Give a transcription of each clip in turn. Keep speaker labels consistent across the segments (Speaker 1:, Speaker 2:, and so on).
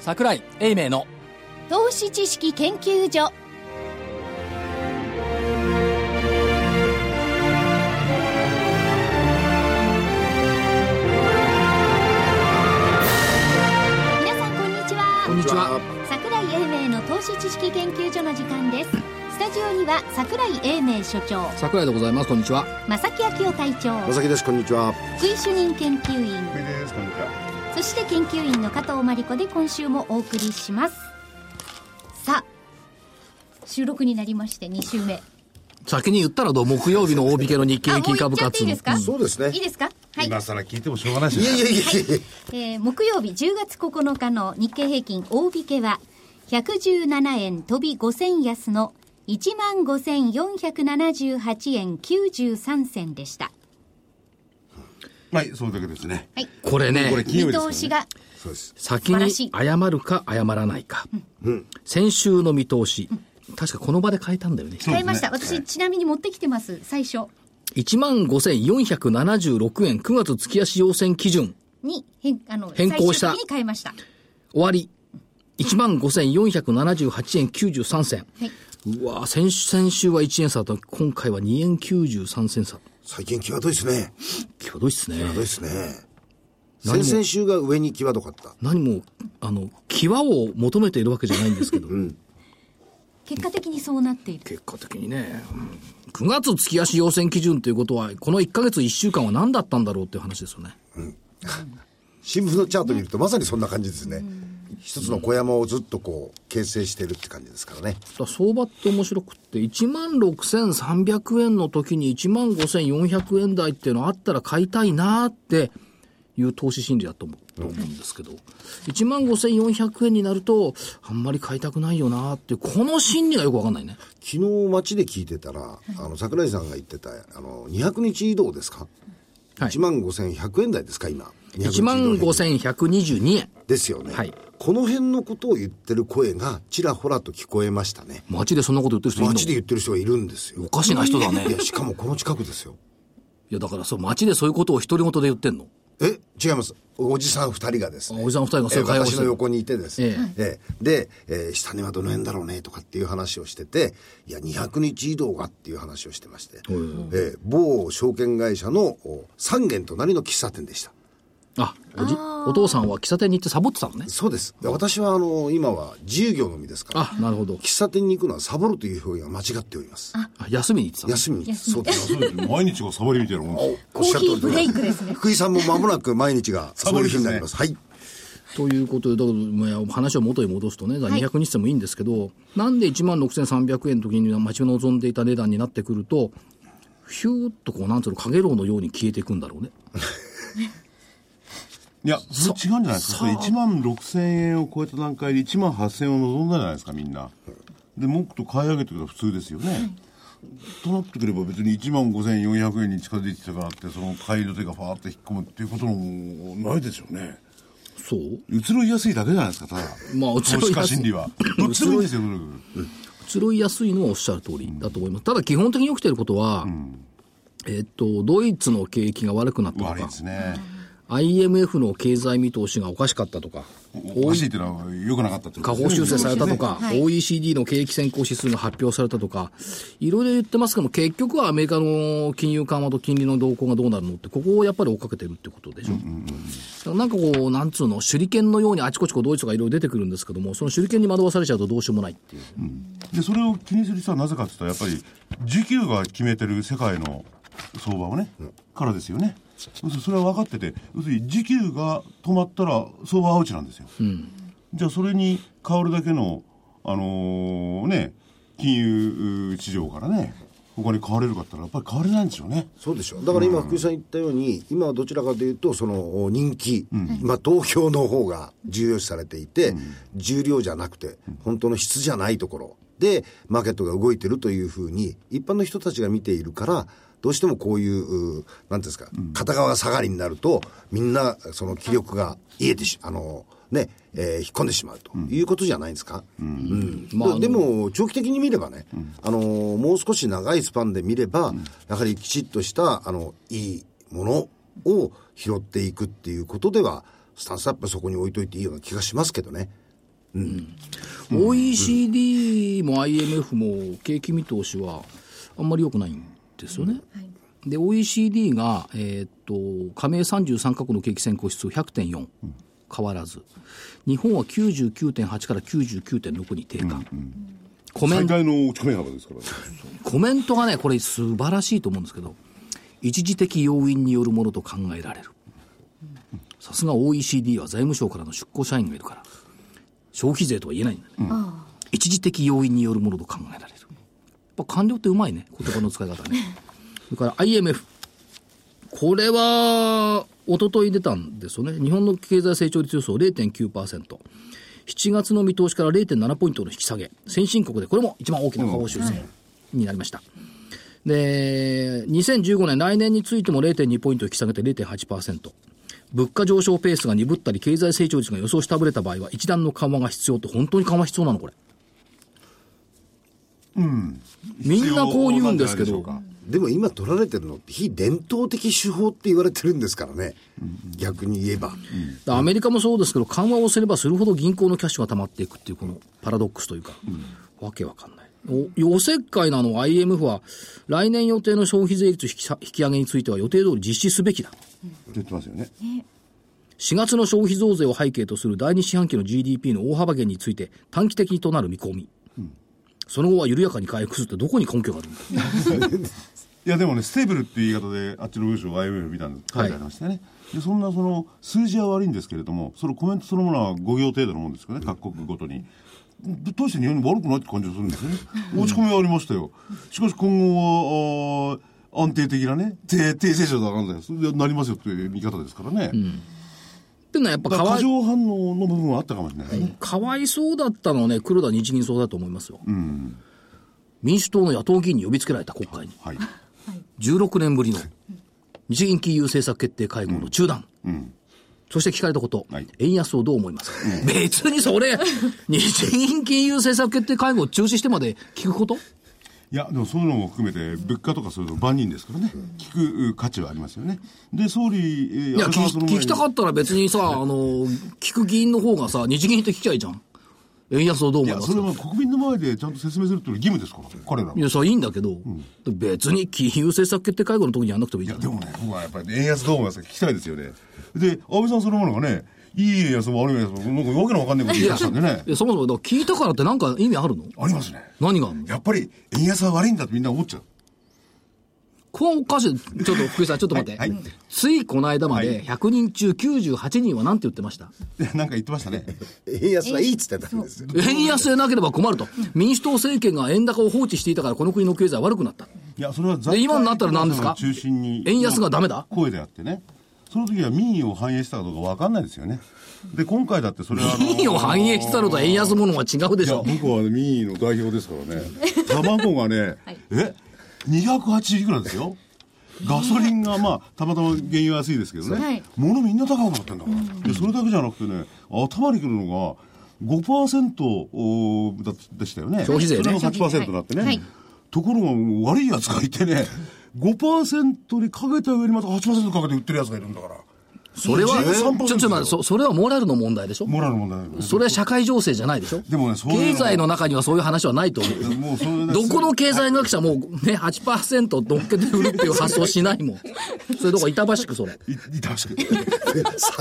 Speaker 1: 桜井英明の
Speaker 2: 投資知識研究所皆さんこんにちは
Speaker 3: こんにちは。
Speaker 2: 桜井英明の投資知識研究所の時間ですスタジオには桜井英明所長
Speaker 3: 桜井でございます。こんにちは。
Speaker 2: 正木昭夫隊長
Speaker 4: まさきですこんにちは
Speaker 2: 福井主任研究員そして研究員の加藤真理子で今週もお送りしますさあ収録になりまして2週目
Speaker 3: 先に言ったらどう木曜日の大引けの日経平均
Speaker 2: あも
Speaker 3: 株
Speaker 2: う言
Speaker 3: 価
Speaker 2: っちゃっていいですか、
Speaker 4: そうですね
Speaker 2: いいですかはい、
Speaker 5: 今更聞いてもしょうがないし
Speaker 4: いやい
Speaker 5: ね。
Speaker 4: やいやいや
Speaker 2: えー木曜日10月9日の日経平均大引けは117円飛び5000安の15,478円93銭でした。
Speaker 5: はい、そういうだけですね。
Speaker 2: はい。
Speaker 3: これね
Speaker 5: これ金曜
Speaker 2: 見
Speaker 5: 日ですからね
Speaker 2: 通しが、
Speaker 4: そうです
Speaker 3: 先
Speaker 2: 素晴ら
Speaker 3: に
Speaker 2: しい
Speaker 3: 謝るか謝らないか。先週の見通し、確かこの場で変えたんだよね。
Speaker 2: 変えました。私、ちなみに持ってきてます、最初。
Speaker 3: 15,476円9月月足要請基準
Speaker 2: に変あの
Speaker 3: 変更した
Speaker 2: 最終的に変えました、
Speaker 3: 終わり。15,478円93銭。
Speaker 2: はい、
Speaker 3: うわぁ、先週、先週は1円差だった。今回は2円93銭差。
Speaker 4: 最近際どいですね
Speaker 3: 際どいっすね。
Speaker 4: 際どいですね先々週が上に際どかった
Speaker 3: 何も、あの、際を求めているわけじゃないんですけど。
Speaker 2: 結果的にそうなっている
Speaker 3: 結果的にね、9月月足要請基準ということは、この1ヶ月1週間は何だったんだろうっていう話ですよね。
Speaker 4: 新聞のチャート見るとまさにそんな感じですね一つの小山をずっとこう形成してるって感じですからね
Speaker 3: だから相場って面白くって、1万6300円の時に1万5400円台っていうのあったら買いたいなーっていう投資心理だと思う,、思うんですけど、1万5400円になると、あんまり買いたくないよなーっていう、この心理がよくわかんないね。
Speaker 4: 昨日街で聞いてたら、あの桜井さんが言ってたあの200日移動ですか、
Speaker 3: はい
Speaker 4: 1万5100円台ですか今200日移
Speaker 3: 1
Speaker 4: 動
Speaker 3: 万
Speaker 4: 平均
Speaker 3: 5122円。
Speaker 4: ですよね、
Speaker 3: はい
Speaker 4: この辺のことを言ってる声がちらほらと聞こえましたね
Speaker 3: 街でそんなこと言ってる人いるの
Speaker 4: 街で言ってる人がいるんですよ
Speaker 3: おかしな人だね。
Speaker 4: いやしかもこの近くですよ
Speaker 3: いや、だからそう、街でそういうことを独り言で言ってんの。
Speaker 4: え違いますおじさん2人がですね
Speaker 3: あおじさん二人がそういう
Speaker 4: え
Speaker 3: 会話をし
Speaker 4: 私
Speaker 3: て
Speaker 4: の横にいてです
Speaker 3: え
Speaker 4: ね、ええで、えー下値はどの辺だろうねとかっていう話をしてていや200日移動がっていう話をしてまして、ええ某証券会社のお三軒隣の喫茶店でした
Speaker 3: あ、おじ、お父さんは喫茶店に行ってサボってたのね。
Speaker 4: そうですで私はあの今は自由業のみですから
Speaker 3: あ、なるほど。
Speaker 4: 喫茶店に行くのはサボるという表現は間違っております
Speaker 3: あ休みに行ってたの。
Speaker 4: 休みにそうです
Speaker 5: 毎日がサボりみたいなもん ですよ。
Speaker 2: コーヒーブレイクですね
Speaker 4: 福井さんも間もなく毎日が サボる日になりますはい
Speaker 3: ということで、だからまあ、話を元に戻すとね、だから
Speaker 2: はい
Speaker 3: 200日でもいいんですけど、なんで1万6300円の時に待ち望んでいた値段になってくると、ヒューッとこう、なんつうの、かげろうのように消えていくんだろうね。
Speaker 5: いや、それ違うんじゃないですか。それ1万6000円を超えた段階で1万8000円を望んだじゃないですか、みんな。で、もっと買い上げてくれば普通ですよね。となってくれば別に1万5400円に近づいてきたからって、その買いの手がファーって引っ込むっていうこともないですよね。
Speaker 3: そう
Speaker 5: 移ろいやすいだけじゃないですか、ただ。
Speaker 3: まあ移ろいやすい
Speaker 5: 投資家心 理は。どっちでもいいんですよ、とにかく
Speaker 3: 移ろいやすいのはおっしゃる通りだと思います。ただ、基本的に起きていることは、えっと、ドイツの景気が悪くなったと
Speaker 5: 悪い
Speaker 3: か
Speaker 5: で、すね。
Speaker 3: IMF の経済見通しがおかしかったとか、
Speaker 5: おかしいっていうのは良くなかったってこと
Speaker 3: 下方修
Speaker 5: ですね
Speaker 3: 正されたとか、
Speaker 2: はい
Speaker 3: OECD の景気先行指数が発表されたとか、いろいろ言ってますけども、結局はアメリカの金融緩和と金利の動向がどうなるのって、ここをやっぱり追っかけてるってことでしょ。だからなんかこう、なんつうの、手裏剣のようにあちこちこうドイツがいろいろ出てくるんですけども、その手裏剣に惑わされちゃうとどうしようもないっていう。
Speaker 5: でそれを気にする人はなぜかっていうとやっぱり時給が決めてる世界の相場をね、からですよね要するにそれは分かってて要するに時給が止まったら相場は落ちなんですよ、じゃあそれに変わるだけのあのーね金融市場からね他に変われるかって言ったらやっぱり変われないんですよね
Speaker 4: そうでしょだから今福井さん言ったように今はどちらかというとそのお人気、まあ投票の方が重要視されていて、重量じゃなくて本当の質じゃないところでマーケットが動いてるというふうに一般の人たちが見ているからどうしてもこういううなんていうんですか片側下がりになるとみんなその気力が癒えてしあのね、えー引っ込んでしまうということじゃないですか、うん
Speaker 3: まああの
Speaker 4: でも長期的に見ればね、あのもう少し長いスパンで見れば、やはりきちっとしたあのいいものを拾っていくっていうことではスタンスアップはそこに置いといていいような気がしますけどね。
Speaker 3: OECD も IMF も景気見通しはあんまり良くないんですよね。で、OECD が、えーっと、加盟33カ国の景気先行指数100.4、変わらず。日本は99.8から99.6に低下。コメ
Speaker 1: 最
Speaker 3: ント
Speaker 1: 大の落ち込み幅ですからね。
Speaker 3: コメントがね、これ素晴らしいと思うんですけど、一時的要因によるものと考えられる。さすが OECD は財務省からの出向社員がいるから、消費税とは言えないんだね。一時的要因によるものと考えられる。やっぱ官僚ってうまいね、言葉の使い方ね。それから IMF。これは、一昨日出たんですよね。日本の経済成長率予想0.9%。7月の見通しから0.7ポイントの引き下げ。先進国でこれも一番大きな下方修正になりました。で、2015年、来年についても0.2ポイント引き下げて0.8%。物価上昇ペースが鈍ったり、経済成長率が予想したぶれた場合は、一段の緩和が必要って、本当に緩和必要なのこれ。 みんなこう言うんです
Speaker 1: 必要なんじゃない
Speaker 3: けど
Speaker 1: でしょうか、
Speaker 4: でも今取られてるのって非伝統的手法って言われてるんですからね。逆に言えば。
Speaker 3: アメリカもそうですけど、緩和をすればするほど銀行のキャッシュが溜まっていくっていう、このパラドックスというか、わけわかんない。おおせっかいなの IMF は、来年予定の消費税率引きさ引き上げについては予定通り実施すべきだ。
Speaker 5: 言ってますよね。
Speaker 3: 4月の消費増税を背景とする第2四半期の GDP の大幅減について短期的となる見込み、その後は緩やかに回復するってどこに根拠があるんだ
Speaker 5: いやでもね、ステーブルっていう言い方で、あっちの文章、IMF 見たんです、書いてありましたね、でそんなその数字は悪いんですけれども、そのコメントそのものは5行程度のもんですけどね、各国ごとに。でどうして日本に悪くないって感じがするんですよね、落ち込みはありましたよ、しかし今後はあー安定的なね、低低成長だなんだよ、それでなりますよっていう見方ですからね、
Speaker 3: っていうのはやっぱ
Speaker 5: だか
Speaker 3: からわ
Speaker 5: 過
Speaker 3: い
Speaker 5: 剰反応の部分はあったかもしれないですね、
Speaker 3: かわいそうだったのはね、黒田日銀総裁だと思いますよ。民主党の野党議員に呼びつけられた国会に、
Speaker 5: はい、
Speaker 3: 16年ぶりの日銀金融政策決定会合の中断。そして聞かれたこと、
Speaker 5: はい
Speaker 3: 円安をどう思いますか、別にそ れ、日銀金融政策決定会合を中止してまで聞くこと
Speaker 5: いや、でもそういうのも含めて、物価とかそういうの万人ですからね、聞く価値はありますよね。で、総理、
Speaker 3: いや、聞
Speaker 5: い
Speaker 3: き聞きたかったら別にさ、あの、聞く議員の方がさ、日銀って聞きゃいいじゃん。円安をどう思い
Speaker 5: いや、
Speaker 3: ま
Speaker 5: そ
Speaker 3: す
Speaker 5: れ
Speaker 3: か。
Speaker 5: は国民の前でちゃんと説明するっていうのは義務ですから、彼らはい
Speaker 3: や、それはいいんだけど、別に金融政策決定会合の時にやんなくてもいいじゃん。
Speaker 5: でもね、僕はやっぱり円安どう思いますか聞きたいですよね。で、安倍さんそのものがね、いい円安も悪い円安も、なんかわけのわかんないこと言い出したんでね
Speaker 3: い。や、そもそも、だから聞いたからってなんか意味あるの
Speaker 5: ありますね。
Speaker 3: 何があるの
Speaker 5: やっぱり円安は悪いんだってみんな思っちゃう。
Speaker 3: これはおかしい。ちょっと、福井さん、ちょっと待って。
Speaker 5: はいはい
Speaker 3: ついこの間ま
Speaker 5: は
Speaker 3: で、
Speaker 5: い
Speaker 3: 100人中98人はなんて言ってました
Speaker 5: でなんか言ってましたね。
Speaker 4: 円安はいいっつってたんですよ。
Speaker 3: 円安でなければ困ると。民主党政権が円高を放置していたから、この国の経済は悪くなった。
Speaker 5: いや、それは財
Speaker 3: で今になったら何ですか
Speaker 5: 中心に。
Speaker 3: 円安がダメだ
Speaker 5: 声であってね。その時は民意を反映したかどうかわかんないですよね。で、今回だってそれはあの。
Speaker 3: 民意を反映したのと円安ものは違うで
Speaker 1: い
Speaker 3: し
Speaker 1: や、
Speaker 3: ょ。
Speaker 1: 僕はね民意の代表ですから ね。
Speaker 5: 卵がね、え280いくらですよガソリンがまあたまたま原油は安いですけどね、
Speaker 2: はい
Speaker 5: 物みんな高くなってんだから、でそれだけじゃなくてね頭にくるのが5%おーだでしたよね
Speaker 3: 消費税ね
Speaker 5: それが8%になってね、
Speaker 2: はい
Speaker 5: ところがもう悪いやつがいてね5%にかけた上にまた8%かけて売ってるやつがいるんだから
Speaker 3: それは、ちょ、
Speaker 5: 13%
Speaker 3: ちょっと待って、そ、それはモラルの問題でしょ
Speaker 5: モラル問題だよね
Speaker 3: それは社会情勢じゃないでしょ
Speaker 5: でもねそういう
Speaker 3: 経済の中にはそういう話はないと思う。
Speaker 5: もうそういうね
Speaker 3: どこの経済学者もね、8%乗っけて売るっていう発想しないもん。それどこか板橋区それ。
Speaker 5: いいたらしくてい
Speaker 4: 詐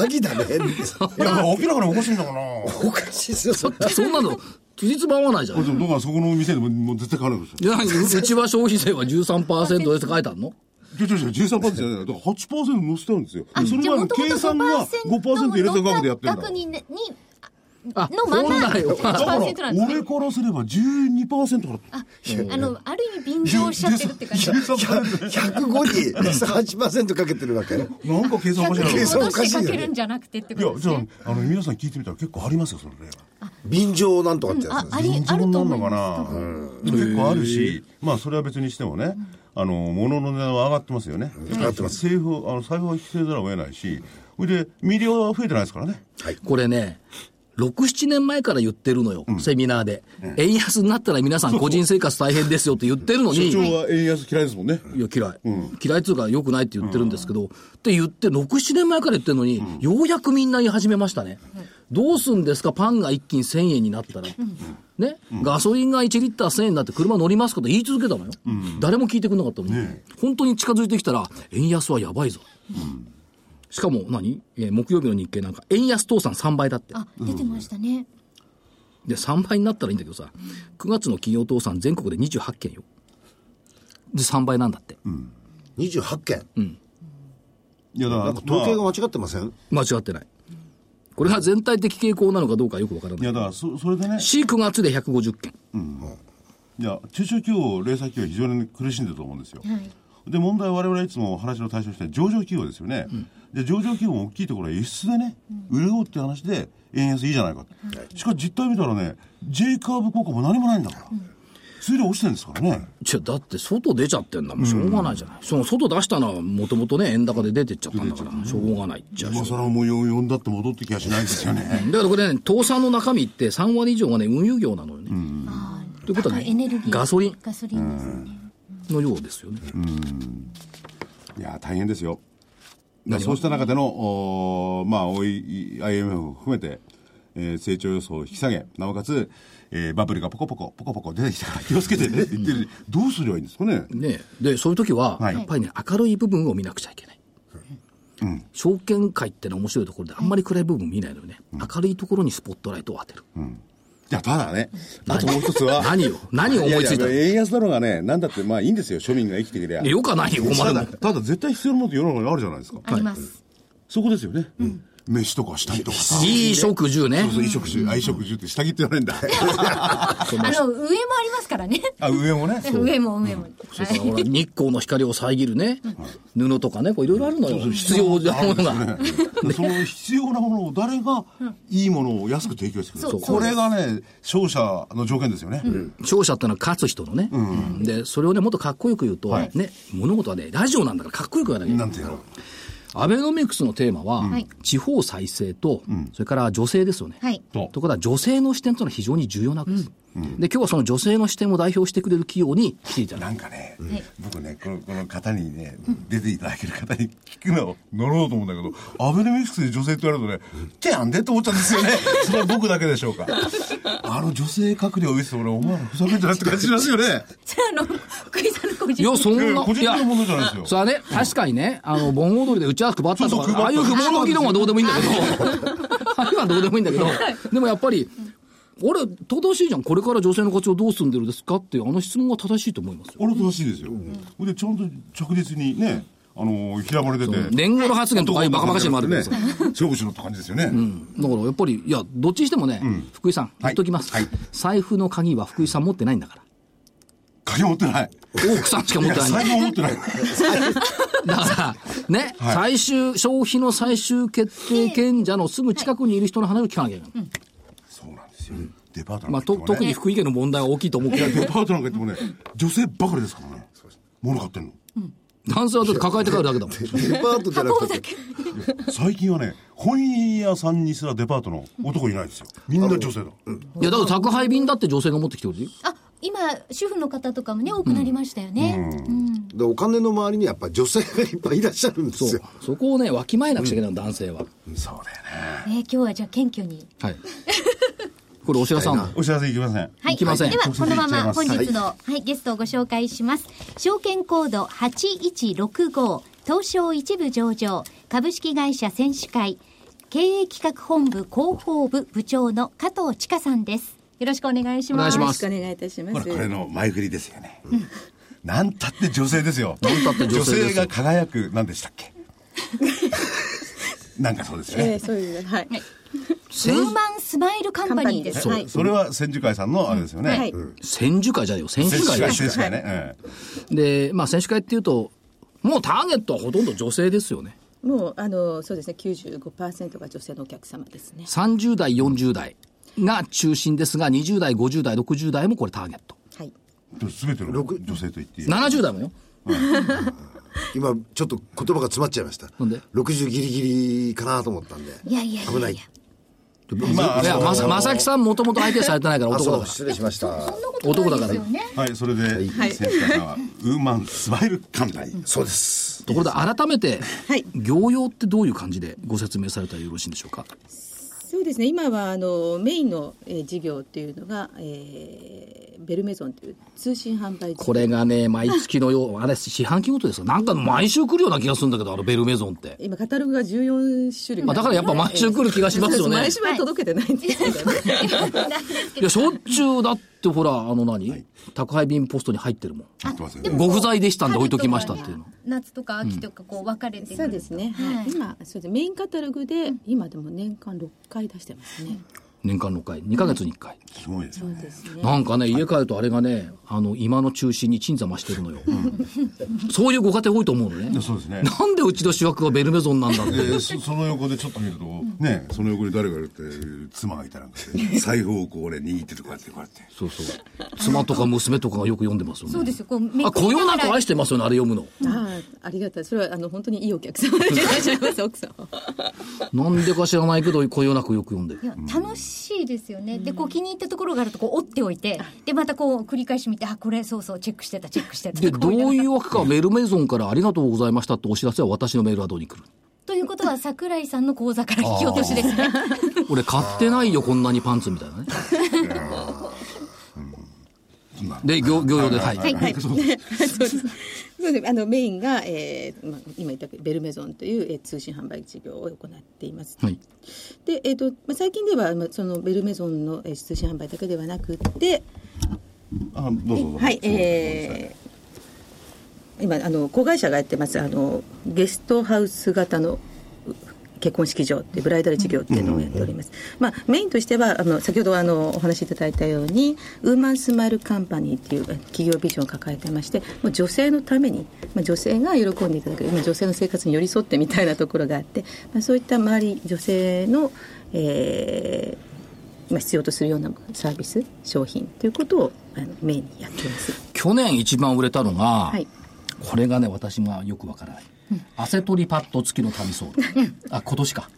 Speaker 4: 欺だね。
Speaker 5: や明らかにおかしいんだから
Speaker 4: おかしいですよ、それ
Speaker 3: そんなの、辻褄合わないじゃん
Speaker 5: で。もだからそこの店でももう絶対買わないですよ
Speaker 3: いや、うちは消費税は13%ですって書いてあるの
Speaker 5: いやいやいや13%じゃないだから8%乗せてあるんですよ
Speaker 2: あ
Speaker 5: それは
Speaker 2: 元々
Speaker 5: 計算が5%入れた額でやってるんだ
Speaker 2: 額にねに
Speaker 3: あ、
Speaker 2: のまま
Speaker 3: 本来
Speaker 5: だ
Speaker 3: は。
Speaker 5: から
Speaker 2: 8%なんですね
Speaker 5: 俺からすれば12%から
Speaker 2: あのある意味便乗しちゃってるって感じ
Speaker 5: 13%
Speaker 4: 105に8%かけてるわけ。い
Speaker 5: なんか計算おかしいな
Speaker 4: 計算
Speaker 2: 戻
Speaker 4: おかし
Speaker 2: し
Speaker 4: い
Speaker 2: て
Speaker 4: よ
Speaker 2: か
Speaker 4: ね
Speaker 2: けるんじゃなくてってこ
Speaker 5: い
Speaker 2: と
Speaker 5: や
Speaker 2: で
Speaker 5: じ
Speaker 2: す
Speaker 5: ゃ
Speaker 2: ね
Speaker 5: ああの皆さん聞いてみたら結構ありますよそれね
Speaker 4: 便乗なんとかってやつ
Speaker 2: あ
Speaker 4: です
Speaker 2: あ
Speaker 4: ね。
Speaker 2: りあると思います
Speaker 5: なのかな結構あるしまあそれは別にしてもねあの物の値段は上がってますよね
Speaker 4: 上がってます
Speaker 5: 政府あの財布は規制ざるを得ないしそれで未利用は増えてないですからね
Speaker 3: これね、 6、7年前から言ってるのよ、セミナーで。円安になったら皆さん個人生活大変ですよって言ってるのに、
Speaker 1: 所長は円安嫌いですもんね。
Speaker 3: いや、嫌い。嫌いっつうか、良くないって言ってるんですけど、って言って、6、7年前から言ってるのに、ようやくみんな言い始めましたね。どうすんですか、パンが1斤1000円になったら。ね、ガソリンが1リッター1000円になって車乗りますかと言い続けたのよ。誰も聞いてくれなかったのに、本当に近づいてきたら、円安はやばいぞ。しかも何、えー木曜日の日経なんか、円安倒産3倍だって。
Speaker 2: あ、出てましたね。
Speaker 3: で、3倍になったらいいんだけどさ、9月の企業倒産全国で28件よ。で、3倍なんだって。
Speaker 4: 28件、
Speaker 5: いやだ
Speaker 4: なんか統計が間違ってません、
Speaker 3: 間違ってない。これが全体的傾向なのかどうかよくわから
Speaker 5: い
Speaker 3: ない。
Speaker 5: やだからそそれでね
Speaker 3: C9 月で150件。
Speaker 5: いや中小企業零細企業は非常に苦しんでると思うんですよ、
Speaker 2: はい。
Speaker 5: で問題は我々いつも話の対象として上場企業ですよね、で上場企業も大きいところは輸出でね、潤うっていう話で円安いいじゃないかって、しかし実態見たらね J カーブ効果も何もないんだから、数量落ちてるんですからね
Speaker 3: じゃだって外出ちゃってんだもん、しょうがないじゃない。その外出したのはもともとね、円高で出てっちゃったんだから、しょうがないっちゃしょう
Speaker 5: 今更もう呼んだって戻ってきやしないですよね
Speaker 3: だからこれね、倒産の中身って3割以上がね、運輸業なのよね。
Speaker 2: あー
Speaker 3: ということはね
Speaker 2: 高エネルギー。
Speaker 3: ガソリン
Speaker 2: ガソリンですね。
Speaker 3: のようですよね。
Speaker 5: いや大変ですよだからそうした中での、おーまあ、おい IMF を含めて、えー成長予想を引き下げ、なおかつ、えーバブルがポコポコ、ポコポコ出てきたから気をつけてねって言ってる、どうすりゃいいんですかね。
Speaker 3: ねで、そういう時は、
Speaker 5: はい
Speaker 3: やっぱりね、明るい部分を見なくちゃいけない。証券界ってのは面白いところで、あんまり暗い部分見ないのよね。明るいところにスポットライトを当てる。
Speaker 5: いや、ただね、あともう一つは。
Speaker 3: 何よ 何を思いついたの
Speaker 5: やや円安だろうがね、なんだってまあいいんですよ、庶民が生きてくりゃ。
Speaker 3: いやよかないよ、困
Speaker 5: た
Speaker 3: る
Speaker 5: だ、
Speaker 3: の。
Speaker 5: ただ絶対必要なものって世の中にあるじゃないですか。
Speaker 2: あります。
Speaker 5: そこですよね。飯とか下着とかさ。
Speaker 3: いい食住ね
Speaker 5: そう。そう、衣食住、愛食住って下着って言 われるんだ。
Speaker 2: あの、上もありますからね。
Speaker 5: あ、上もね。
Speaker 2: 上も上も。
Speaker 3: そ
Speaker 2: は
Speaker 3: う
Speaker 2: い
Speaker 3: そうほら日光の光を遮るね、布とかね、こういろいろあるのよ。必要なものが。
Speaker 5: その必要なものを誰がいいものを安く提供してくれ
Speaker 2: そ
Speaker 5: る
Speaker 2: う
Speaker 5: これがね商社の条件ですよね、
Speaker 3: 勝者ってのは勝つ人のね。で、それをね、もっとかっこよく言うと、
Speaker 5: はい
Speaker 3: ね、物事はね、ラジオなんだからかっこよく言わなきゃいけ
Speaker 5: な
Speaker 3: ない
Speaker 5: ん。ていうの
Speaker 3: アベノミクスのテーマは、
Speaker 2: はい
Speaker 3: 地方再生と、それから女性ですよね。
Speaker 2: はい。
Speaker 3: ということは女性の視点というのは非常に重要なわけです。で、今日はその女性の視点を代表してくれる企業に来ていただいた
Speaker 5: なんかね、僕ねこのこの方にね出ていただける方に聞くのを乗ろうと思うんだけどアベノミクスで女性って言われるとね手やんでって思っちゃうんです よねそれは僕だけでしょうかあの女性閣僚を見せて俺お前らふざけんじゃなくて感じしますよね
Speaker 2: じゃあ、あの、福井さんの個人
Speaker 3: いや、そん
Speaker 5: い
Speaker 3: な。
Speaker 5: やいや個人的ない
Speaker 3: や
Speaker 5: 問題じゃないですよ
Speaker 3: それはね、確かにね、あの、盆踊りで打ち合わせ配ったと
Speaker 5: そうそう配っ
Speaker 3: か、
Speaker 5: た
Speaker 3: ああいう不毛の議論はどうでもいいんだけど、あれはどうでもいいんだけど、でもやっぱり、俺、正しいじゃん。これから女性の活用どうすんでるんですかっていう、あの質問が正しいと思いますよ。
Speaker 5: 俺正しいですよ、ほんでちゃんと着実にねあの平まれてて
Speaker 3: 年号の発言とかああいうバカバカしいのもあるけど
Speaker 5: ね
Speaker 3: さ。
Speaker 5: 勝負しろって感じですよね、
Speaker 3: だからやっぱり、いや、どっちにしてもね、福井さん、言っときます、
Speaker 5: はい
Speaker 3: 財布の鍵は福井さん持ってないんだから。
Speaker 5: 鍵持ってない
Speaker 3: 奥さんしか持ってないんだ
Speaker 5: 財布も持ってない
Speaker 3: だから、ね、最終、消費の最終決定権者のすぐ近くにいる人の話を聞かなきゃいけない。
Speaker 5: そうなんですよ、デパート
Speaker 3: ま
Speaker 5: な
Speaker 3: あ、
Speaker 5: んか
Speaker 3: と
Speaker 5: 行っても
Speaker 3: 特に
Speaker 5: ね、
Speaker 3: 福井家の問題は大きいと思うけ
Speaker 5: いや
Speaker 3: ど、
Speaker 5: デパートなんか行ってもね女性ばかりですからね物買ってんの
Speaker 3: 男性はだって抱えて帰るだけだもん。
Speaker 4: デパートじゃな くて
Speaker 5: 最近はね本屋さんにすらデパートの男いないですよみんな女性だ
Speaker 3: いや、だから宅配便だって女性が持ってきてほしい。
Speaker 2: あ、今、主婦の方とかもね、多くなりましたよね。うん
Speaker 4: でお金の周りにやっぱ女性がいっぱいいらっしゃるんです
Speaker 3: そう
Speaker 4: よ。
Speaker 3: そこをね、わきまえなくちゃいけないの、男性は。
Speaker 5: そうだよね
Speaker 2: えー今日はじゃあ謙虚に。
Speaker 3: はい。 これ、お知らせあんの
Speaker 5: お知らせいきません
Speaker 2: はい
Speaker 3: いきません
Speaker 2: では、このまま
Speaker 5: 直
Speaker 2: 本
Speaker 5: 接
Speaker 2: 日の、はい、ゲストをご紹介します。証券コード8165、東証一部上場、株式会社選手会、経営企画本部広報部部長の加藤千佳さんです。よろしくお願いし
Speaker 3: お願
Speaker 2: ま
Speaker 3: い
Speaker 2: す。
Speaker 3: しま
Speaker 6: よろしくお願いいたしま
Speaker 5: ほら
Speaker 6: す。
Speaker 5: これの前振りですよね、なんたって女性ですよ
Speaker 3: なんたって女性です
Speaker 5: が輝くなんでしたっけなんかそうですよね、
Speaker 6: えーそうです。はい。
Speaker 2: ウーマンスマイルカンパニーです。
Speaker 6: カンパ
Speaker 2: は
Speaker 6: ニー
Speaker 2: い
Speaker 6: で。
Speaker 5: それは千住会さんのあれですよね、
Speaker 6: はい。
Speaker 3: 選手会じゃないよ、選手
Speaker 5: 選手
Speaker 3: 会
Speaker 5: 会
Speaker 3: で
Speaker 5: 選手会ね、ええ
Speaker 3: で、まあ、選手会っていうと、もうターゲットはほとんど女性ですよね。
Speaker 6: もうあのそうですね、95%が女性のお客様ですね。
Speaker 3: 30代、40代が中心ですが、20代、50代、60代もこれターゲット。
Speaker 6: はい。
Speaker 5: でも全ての
Speaker 4: 六
Speaker 5: 女性と言っていい
Speaker 3: 70代もよ。
Speaker 4: 今ちょっと言葉が詰まっちゃいました。
Speaker 3: なんで
Speaker 4: 60ギリギリかなと思ったんで。
Speaker 2: いやいやいや
Speaker 4: 危ないい
Speaker 2: や。
Speaker 5: まあ
Speaker 3: いや、
Speaker 5: あの
Speaker 3: まさ、まさきさんもともと相手されてないから
Speaker 4: あ、
Speaker 3: 男だ
Speaker 4: そ
Speaker 3: か
Speaker 4: う、失礼しました。
Speaker 3: 男だから
Speaker 2: そうですよね。
Speaker 5: はい、それで、
Speaker 6: い
Speaker 5: 選手さんは、ウーマンスマイル艦隊。
Speaker 4: そうです
Speaker 3: ら。。ところで改めて、
Speaker 6: はい
Speaker 3: 業用ってどういう感じでご説明されたらよろしいんでしょうか。
Speaker 6: そうですね今はあのメインの、えー事業っていうのが、えーベルメゾンという通信販売事業
Speaker 3: これがね、毎月のよう、あ れ、四半期ごとですよ。なんか毎週来るような気がするんだけど、あのベルメゾンって。
Speaker 6: 今カタログが14種類
Speaker 3: まあだからやっぱ毎週来る気がしますよね
Speaker 6: 毎週は届けてないんですけどね、
Speaker 3: いや、しょっちゅうだって、ほら、あの何、宅配便ポストに入ってるもん。
Speaker 5: 入ってますよ
Speaker 2: で
Speaker 5: ね。
Speaker 2: も
Speaker 3: ご不在でしたんで置いときましたっていうの。
Speaker 2: 夏とか秋とかこう分かれてくる
Speaker 6: そうですね、はい
Speaker 2: はい
Speaker 6: 今そうですメインカタログで今でも年間6回出してますね、
Speaker 3: 年間6回、2ヶ月に1回。
Speaker 5: すごいですね。
Speaker 6: そうですね
Speaker 3: なんかね、家帰るとあれがね、あの、今の中心に鎮座増してるのよ。そういうご家庭多いと思うのね。
Speaker 5: そうですね。
Speaker 3: なんでうちの主役がベルメゾンなんだっ
Speaker 5: で
Speaker 3: て。
Speaker 5: そその横でちょっと見ると、ね、その横に誰がいるって、妻がいたなんかで、財布をこう、俺握っててこうやって、こうやって。
Speaker 3: そうそう。妻とか娘とかがよく読んでますよね。
Speaker 2: そうですよこうめ
Speaker 3: あ、こよなく愛してますよね、あれ読むの。
Speaker 6: ああありがたいそれはあの本当にいいお客様でいらっしゃいます奥さんは
Speaker 3: なんでか知らないけど、こよなくよく読んでる
Speaker 2: い。や楽しいですよね、でこう気に入ったところがあるとこう折っておいてでまたこう繰り返し見てあこれそうそうチェックしてたチェックしてた
Speaker 3: で、
Speaker 2: こ
Speaker 3: ど
Speaker 2: ういうの
Speaker 3: う
Speaker 2: が
Speaker 3: いうわけか、ベルメゾンからありがとうございましたってお知らせは私のメールアドに来る。
Speaker 2: ということは桜井さんの口座から引き落としですね
Speaker 3: 俺買ってないよ、こんなにパンツみたいなね。 で、業、業用で、はい。
Speaker 6: はい、はい、そうです。そうです。あのメインが、えーまあ、今言ったベルメゾンという、えー通信販売事業を行っています。
Speaker 3: はい
Speaker 6: で、えっ、と、まあ、最近では、まあ、そのベルメゾンの、えー通信販売だけではなくて。
Speaker 5: あ、どうぞどうぞ。
Speaker 6: はい、えー今、あの子会社がやってます。あのゲストハウス型の。う結婚式場っていうブライダル事業っていうのをやっております。まあメインとしてはあの先ほどあのお話しいただいたようにウーマンスマイルカンパニーっていう企業ビジョンを抱えてまして、もう女性のために、まあ女性が喜んでいただける、まあ女性の生活に寄り添ってみたいなところがあって、まあそういった周り女性の、えーまあ必要とするようなサービス商品ということをあのメインにやっています。
Speaker 3: 去年一番売れたのが、
Speaker 6: い
Speaker 3: これがね、私がよくわからない。アセトリパッド付きの旅ソール。あ、今年か。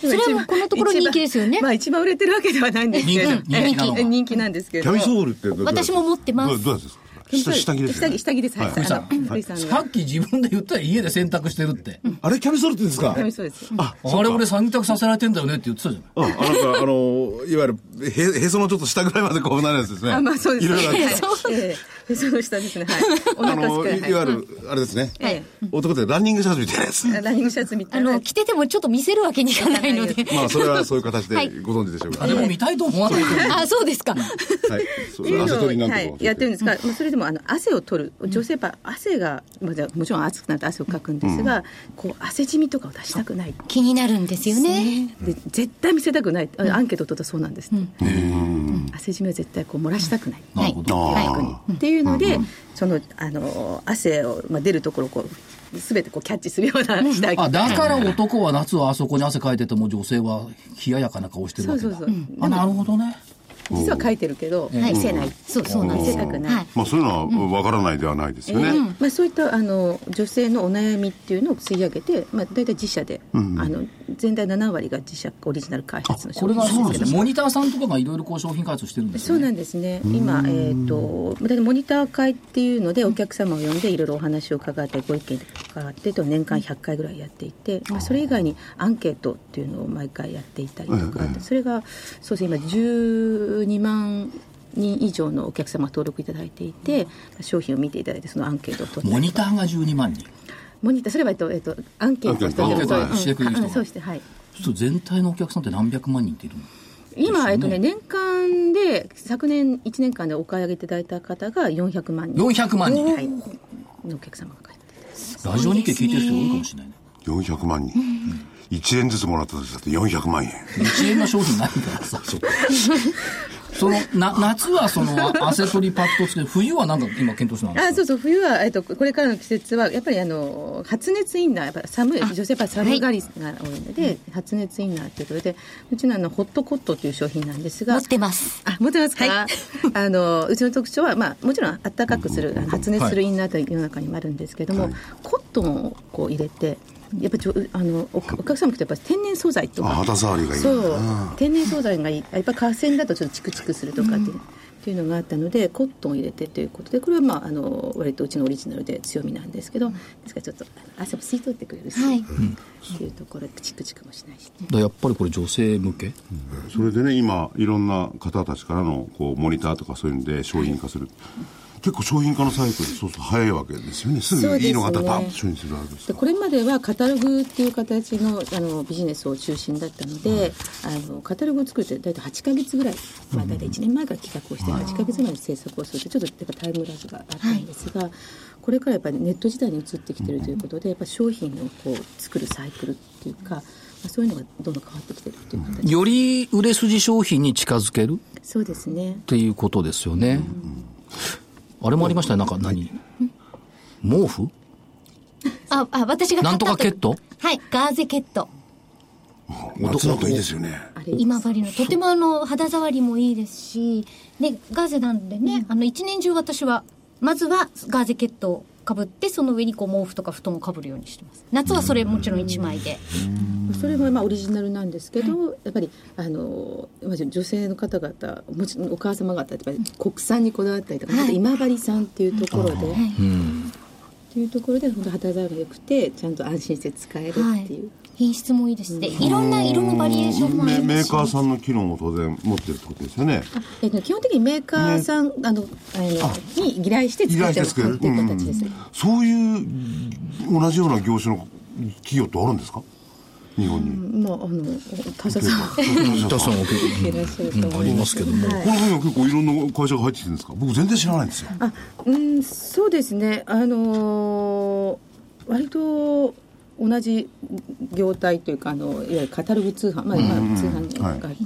Speaker 6: そ
Speaker 2: れはもうこのところ人気ですよね
Speaker 6: まあ一番売れてるわけではないんですけれど
Speaker 3: 人気人気なの
Speaker 6: ええ人気なんですけれ
Speaker 1: キ
Speaker 6: ど
Speaker 1: ャ
Speaker 6: も
Speaker 1: ミソールってどう
Speaker 2: 私も持ってます
Speaker 5: どうどうやつですか下下着ですよ
Speaker 6: 下
Speaker 5: ね
Speaker 6: 着下着ですはい、
Speaker 5: はい
Speaker 6: あの
Speaker 5: はい
Speaker 6: 古井さんが
Speaker 3: さっき自分で言ったら家で洗濯してるって。
Speaker 1: あれキャミソールって言うんですか
Speaker 6: はいそうです
Speaker 1: あ
Speaker 3: あれ俺洗濯させられてんだよねって言ってたじゃない。
Speaker 1: あなんかあのいわゆるへへそのちょっと下ぐらいまでこうなるやつですね
Speaker 6: あまあ そうです
Speaker 1: いろいろある
Speaker 6: はいええその下ですねはいお
Speaker 1: あ
Speaker 6: 腹す
Speaker 1: の
Speaker 6: く
Speaker 1: い
Speaker 6: はい
Speaker 1: わゆるあれですね
Speaker 6: え
Speaker 1: 男ってランニングシャツみたいなやつ
Speaker 6: えランニングシャツみた
Speaker 2: あ
Speaker 6: いな
Speaker 2: の着ててもちょっと見せるわけにいかないので
Speaker 1: まあそれはそういう形で
Speaker 2: はい
Speaker 1: ご存知でしょうか
Speaker 3: あ、でも見たいと思わないけど。
Speaker 2: あそうですか
Speaker 1: はい
Speaker 6: っ
Speaker 1: そ
Speaker 6: ていうう
Speaker 1: 汗
Speaker 6: のを、
Speaker 1: 取りなんと
Speaker 6: は
Speaker 1: か
Speaker 6: い
Speaker 1: も、
Speaker 6: やってるんですが、まあそれでもあの汗を取る女性はやっぱ汗が、まあ、じゃあもちろん暑くなると汗をかくんですが、こう汗じみとかを出したくない
Speaker 2: 気になるんですよね
Speaker 6: で絶対見せたくない、あアンケートを取ったそうなんです、汗染めは絶対こう漏らしたくない、
Speaker 2: はい
Speaker 6: 外にっていうので、そのあの汗を、まあ、出るところをこう全てこうキャッチするような下着
Speaker 3: あ、だから男は夏はあそこに汗かいてても女性は冷ややかな顔してるわけだ。
Speaker 6: そうそうそううん
Speaker 3: あ、なるほどね。
Speaker 6: 実は書いてるけど、見せない、
Speaker 2: そうそうなんで
Speaker 6: 見
Speaker 2: す
Speaker 6: せ
Speaker 2: よ
Speaker 6: たくない、
Speaker 2: はい
Speaker 5: まあそういうのはわからないではないですよね。
Speaker 6: えーまあ、そういったあの女性のお悩みっていうのを吸い上げて、まあ、大体自社で、あの全体7割が自社オリジナル開発の
Speaker 3: こ
Speaker 6: 商
Speaker 3: れ
Speaker 6: 品
Speaker 3: が
Speaker 6: な
Speaker 3: そ
Speaker 6: ん
Speaker 3: う
Speaker 6: ですけど
Speaker 3: ですね。モニターさんとかがいろいろこう商品開発してるんです
Speaker 6: そ
Speaker 3: よ
Speaker 6: う
Speaker 3: ね。
Speaker 6: なんですね今、えー、とだってモニター会っていうのでお客様を呼んでいろいろお話を伺ってご意見伺ってと年間100回ぐらいやっていて、まあ、それ以外にアンケートっていうのを毎回やっていたりとか、それがそうですね今12万人以上のお客様登録いただいていて、商品を見ていただいてそのアンケートを取って
Speaker 3: モニターが12万人。
Speaker 6: モニターすれば、えっとえっと、アンケートをして
Speaker 5: アン
Speaker 3: ケート
Speaker 6: そう
Speaker 3: アンケートしてくれる人が
Speaker 6: うんあそうしてはい
Speaker 3: そうすると全体のお客さんって何百万人っているの
Speaker 6: 今、えっとね、年間で昨年1年間でお買い上げいただいた方が400万人
Speaker 3: 400万人
Speaker 6: はい、のお客様が帰って
Speaker 3: ラジオ日経聞いてる人多いかもしれないね。
Speaker 5: 400万人。1円ずつもらったとしたって400万円。
Speaker 3: 1円の商品ないからさ。 そのな夏はその汗取りパッドつけて冬はなんか今検討してない
Speaker 6: あそうそう冬は、えっと、これからの季節はやっぱりあの発熱インナーやっぱ寒い女性やっぱ寒がりが多いので、発熱インナーということでうちのあのホットコットという商品なんです
Speaker 2: 持
Speaker 6: が
Speaker 2: ってます
Speaker 6: あ持ってますか、 あのうちの特徴は、まあ、もちろん暖かくするあの発熱するインナーという世の中にもあるんですけども、コットンをこう入れてやっぱりちょあのおお客様来てやっぱ天然素材とか
Speaker 5: あ肌触りがいい
Speaker 6: そう
Speaker 5: あ
Speaker 6: 天然素材がいいやっぱ河川だとちょっとチクチクするとかっていう,、っていうのがあったのでコットンを入れてということでこれはまああの割とうちのオリジナルで強みなんですけどですからちょっと汗も吸い取ってくれるし、
Speaker 2: はい
Speaker 6: っていうところでチクチクもしないし、ね、
Speaker 3: らやっぱりこれ女性向け、
Speaker 5: それでね今いろんな方たちからのこうモニターとかそういうので商品化する結構商品化のサイクルそうすると早いわけですよねす
Speaker 6: そう
Speaker 5: ぐ
Speaker 6: ですね
Speaker 5: いいのがあったらバッと商品するわけです
Speaker 6: で
Speaker 5: よ
Speaker 6: これまではカタログっていう形のあのビジネスを中心だったので、あのカタログを作るって大体8ヶ月ぐらい、まあ、大体1年前から企画をして、8ヶ月ぐらいの制作をするとちょっとやっぱタイムラグがあったんですが、これからやっぱりネット時代に移ってきてるということでやっぱ商品をこう作るサイクルっていうか、まあ、そういうのがどんどん変わってきてるっていう形、
Speaker 3: より売れ筋商品に近づけるっ
Speaker 6: そうですね
Speaker 3: ていうことですよね、あれもありましたねなんか何、毛布
Speaker 2: あ、あ、私が買った
Speaker 3: なんとかケット
Speaker 2: はい、ガーゼケット。
Speaker 5: 夏だといいですよね
Speaker 6: あれ
Speaker 2: 今治のとてもあの肌触りもいいですし、でガーゼなんでね、あの一年中私はまずはガーゼケットをかぶってその上にこう毛布とか布団をかぶるようにしてます。夏はそれもちろん一枚で、
Speaker 6: それもまあオリジナルなんですけど、やっぱりあのまあ女性の方々もちろんお母様方やっぱり国産にこだわったりとか、
Speaker 2: はい
Speaker 6: あと今治産っていうところで、っていうところで本当肌触りが良くてちゃんと安心して使えるっていう、
Speaker 2: はい、品質もいいですしで、いろんな色のバリエーションもあ
Speaker 5: メ
Speaker 2: り
Speaker 5: メ
Speaker 2: ます
Speaker 5: ー
Speaker 2: し、
Speaker 5: カーさんの機能も当然持ってるってことですよね
Speaker 6: えっと基本的にメーカーさん、あのあのに依頼して作ってもらうっていう形です、
Speaker 5: そういう同じような業種の企業ってあるんですか日本に
Speaker 6: まああの他社さ んも
Speaker 5: うん
Speaker 3: 北さんは結構
Speaker 6: いらっしゃると思います、
Speaker 3: ありますけども
Speaker 5: この分野結構いろんな会社が入ってきてるんですか僕全然知らないんですよ
Speaker 6: あうんそうですねあのー割と同じ業態というかあのいわゆるカタログ通販まあ、まあ通販が、
Speaker 5: はい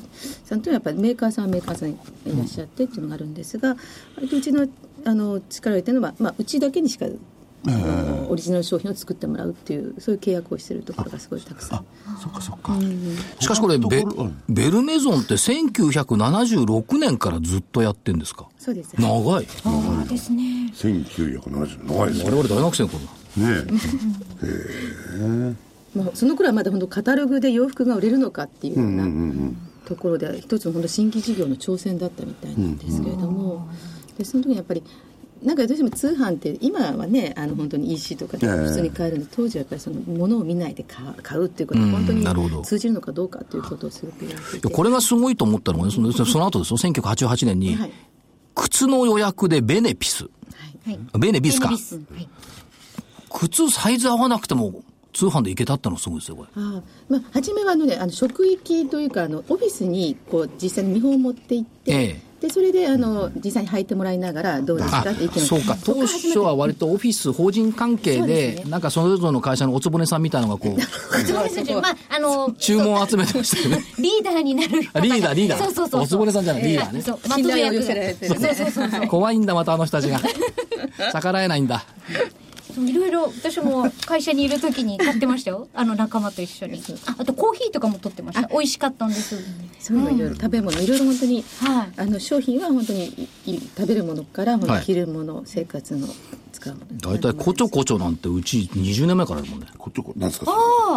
Speaker 6: さんというのはやっぱりメーカーさんはメーカーさんいらっしゃってっていうのがあるんですが割とうちのあの力を入れてるのは、まあ、うちだけにしか、あのオリジナル商品を作ってもらうっていうそういう契約をしてるところがすごいたくさん
Speaker 5: そっかそっか
Speaker 3: しかしこれベ
Speaker 5: 他のところうん
Speaker 3: ベルメゾンって1976年からずっとやってんですか
Speaker 6: そうですね
Speaker 3: 長い
Speaker 2: そうですね。
Speaker 5: 1970長いで
Speaker 3: 我
Speaker 5: すね
Speaker 3: 々大学生の頃だ
Speaker 5: ね
Speaker 6: もうその頃はまだ本当カタログで洋服が売れるのかっていうようなところで一つの本当新規事業の挑戦だったみたいなんですけれども、でその時にやっぱりなんかどうしても通販って今はねあの本当に EC とかで
Speaker 5: ええ
Speaker 6: 普通に買えるんで当時はやっぱりその物を見ないで買う買うっていうことが
Speaker 3: うん
Speaker 6: 本当
Speaker 3: なるほど
Speaker 6: に通じるのかどうかということをすごくやっていて
Speaker 3: これがすごいと思ったのがねそのその後ですよ1988年に
Speaker 6: はい
Speaker 3: 靴の予約でベネピス
Speaker 2: はい。
Speaker 3: ベネビスか
Speaker 2: ベネビスはい
Speaker 3: 靴サイズ合わなくても通販でいけたってのすごいですよこれ
Speaker 6: ああまあ、初めはあの、ね、あの職域というかあのオフィスにこう実際に見本を持って行って、
Speaker 3: ええ
Speaker 6: でそれであの実際に履いてもらいながらどうですか
Speaker 3: あ
Speaker 6: って意見を聞いて
Speaker 3: そうか当初は割とオフィス法人関係
Speaker 6: そう
Speaker 3: で
Speaker 6: ですね
Speaker 3: なんかそれぞれの会社のおつぼねさんみたいなのがこう
Speaker 2: そうですね。まああの
Speaker 3: 注文を集
Speaker 2: め
Speaker 3: めてました よね
Speaker 2: リーダーになる方が
Speaker 3: リーダーリーダー
Speaker 2: そうそうそう。
Speaker 3: おつぼねさんじゃないリーダーね
Speaker 2: あそう。ま
Speaker 6: 信
Speaker 2: とめ
Speaker 6: 頼を
Speaker 2: 役
Speaker 6: 寄せられてるね
Speaker 2: そうそうそうそう。
Speaker 3: 怖いんだまたあの人たちが逆らえないんだ
Speaker 2: いろいろ私も会社にいる時に買ってました よあの仲間と一緒にああとコーヒーとかも取ってました美味しかったんです
Speaker 6: そういうのいろいろ食べ物いろいろ本当に、
Speaker 2: はい
Speaker 6: あの商品は本当にいい食べるものから本当に着るもの、生活の使うもの
Speaker 3: 大体こちょこちょなんてうち20年前からあるもんね
Speaker 5: こっちこなんですか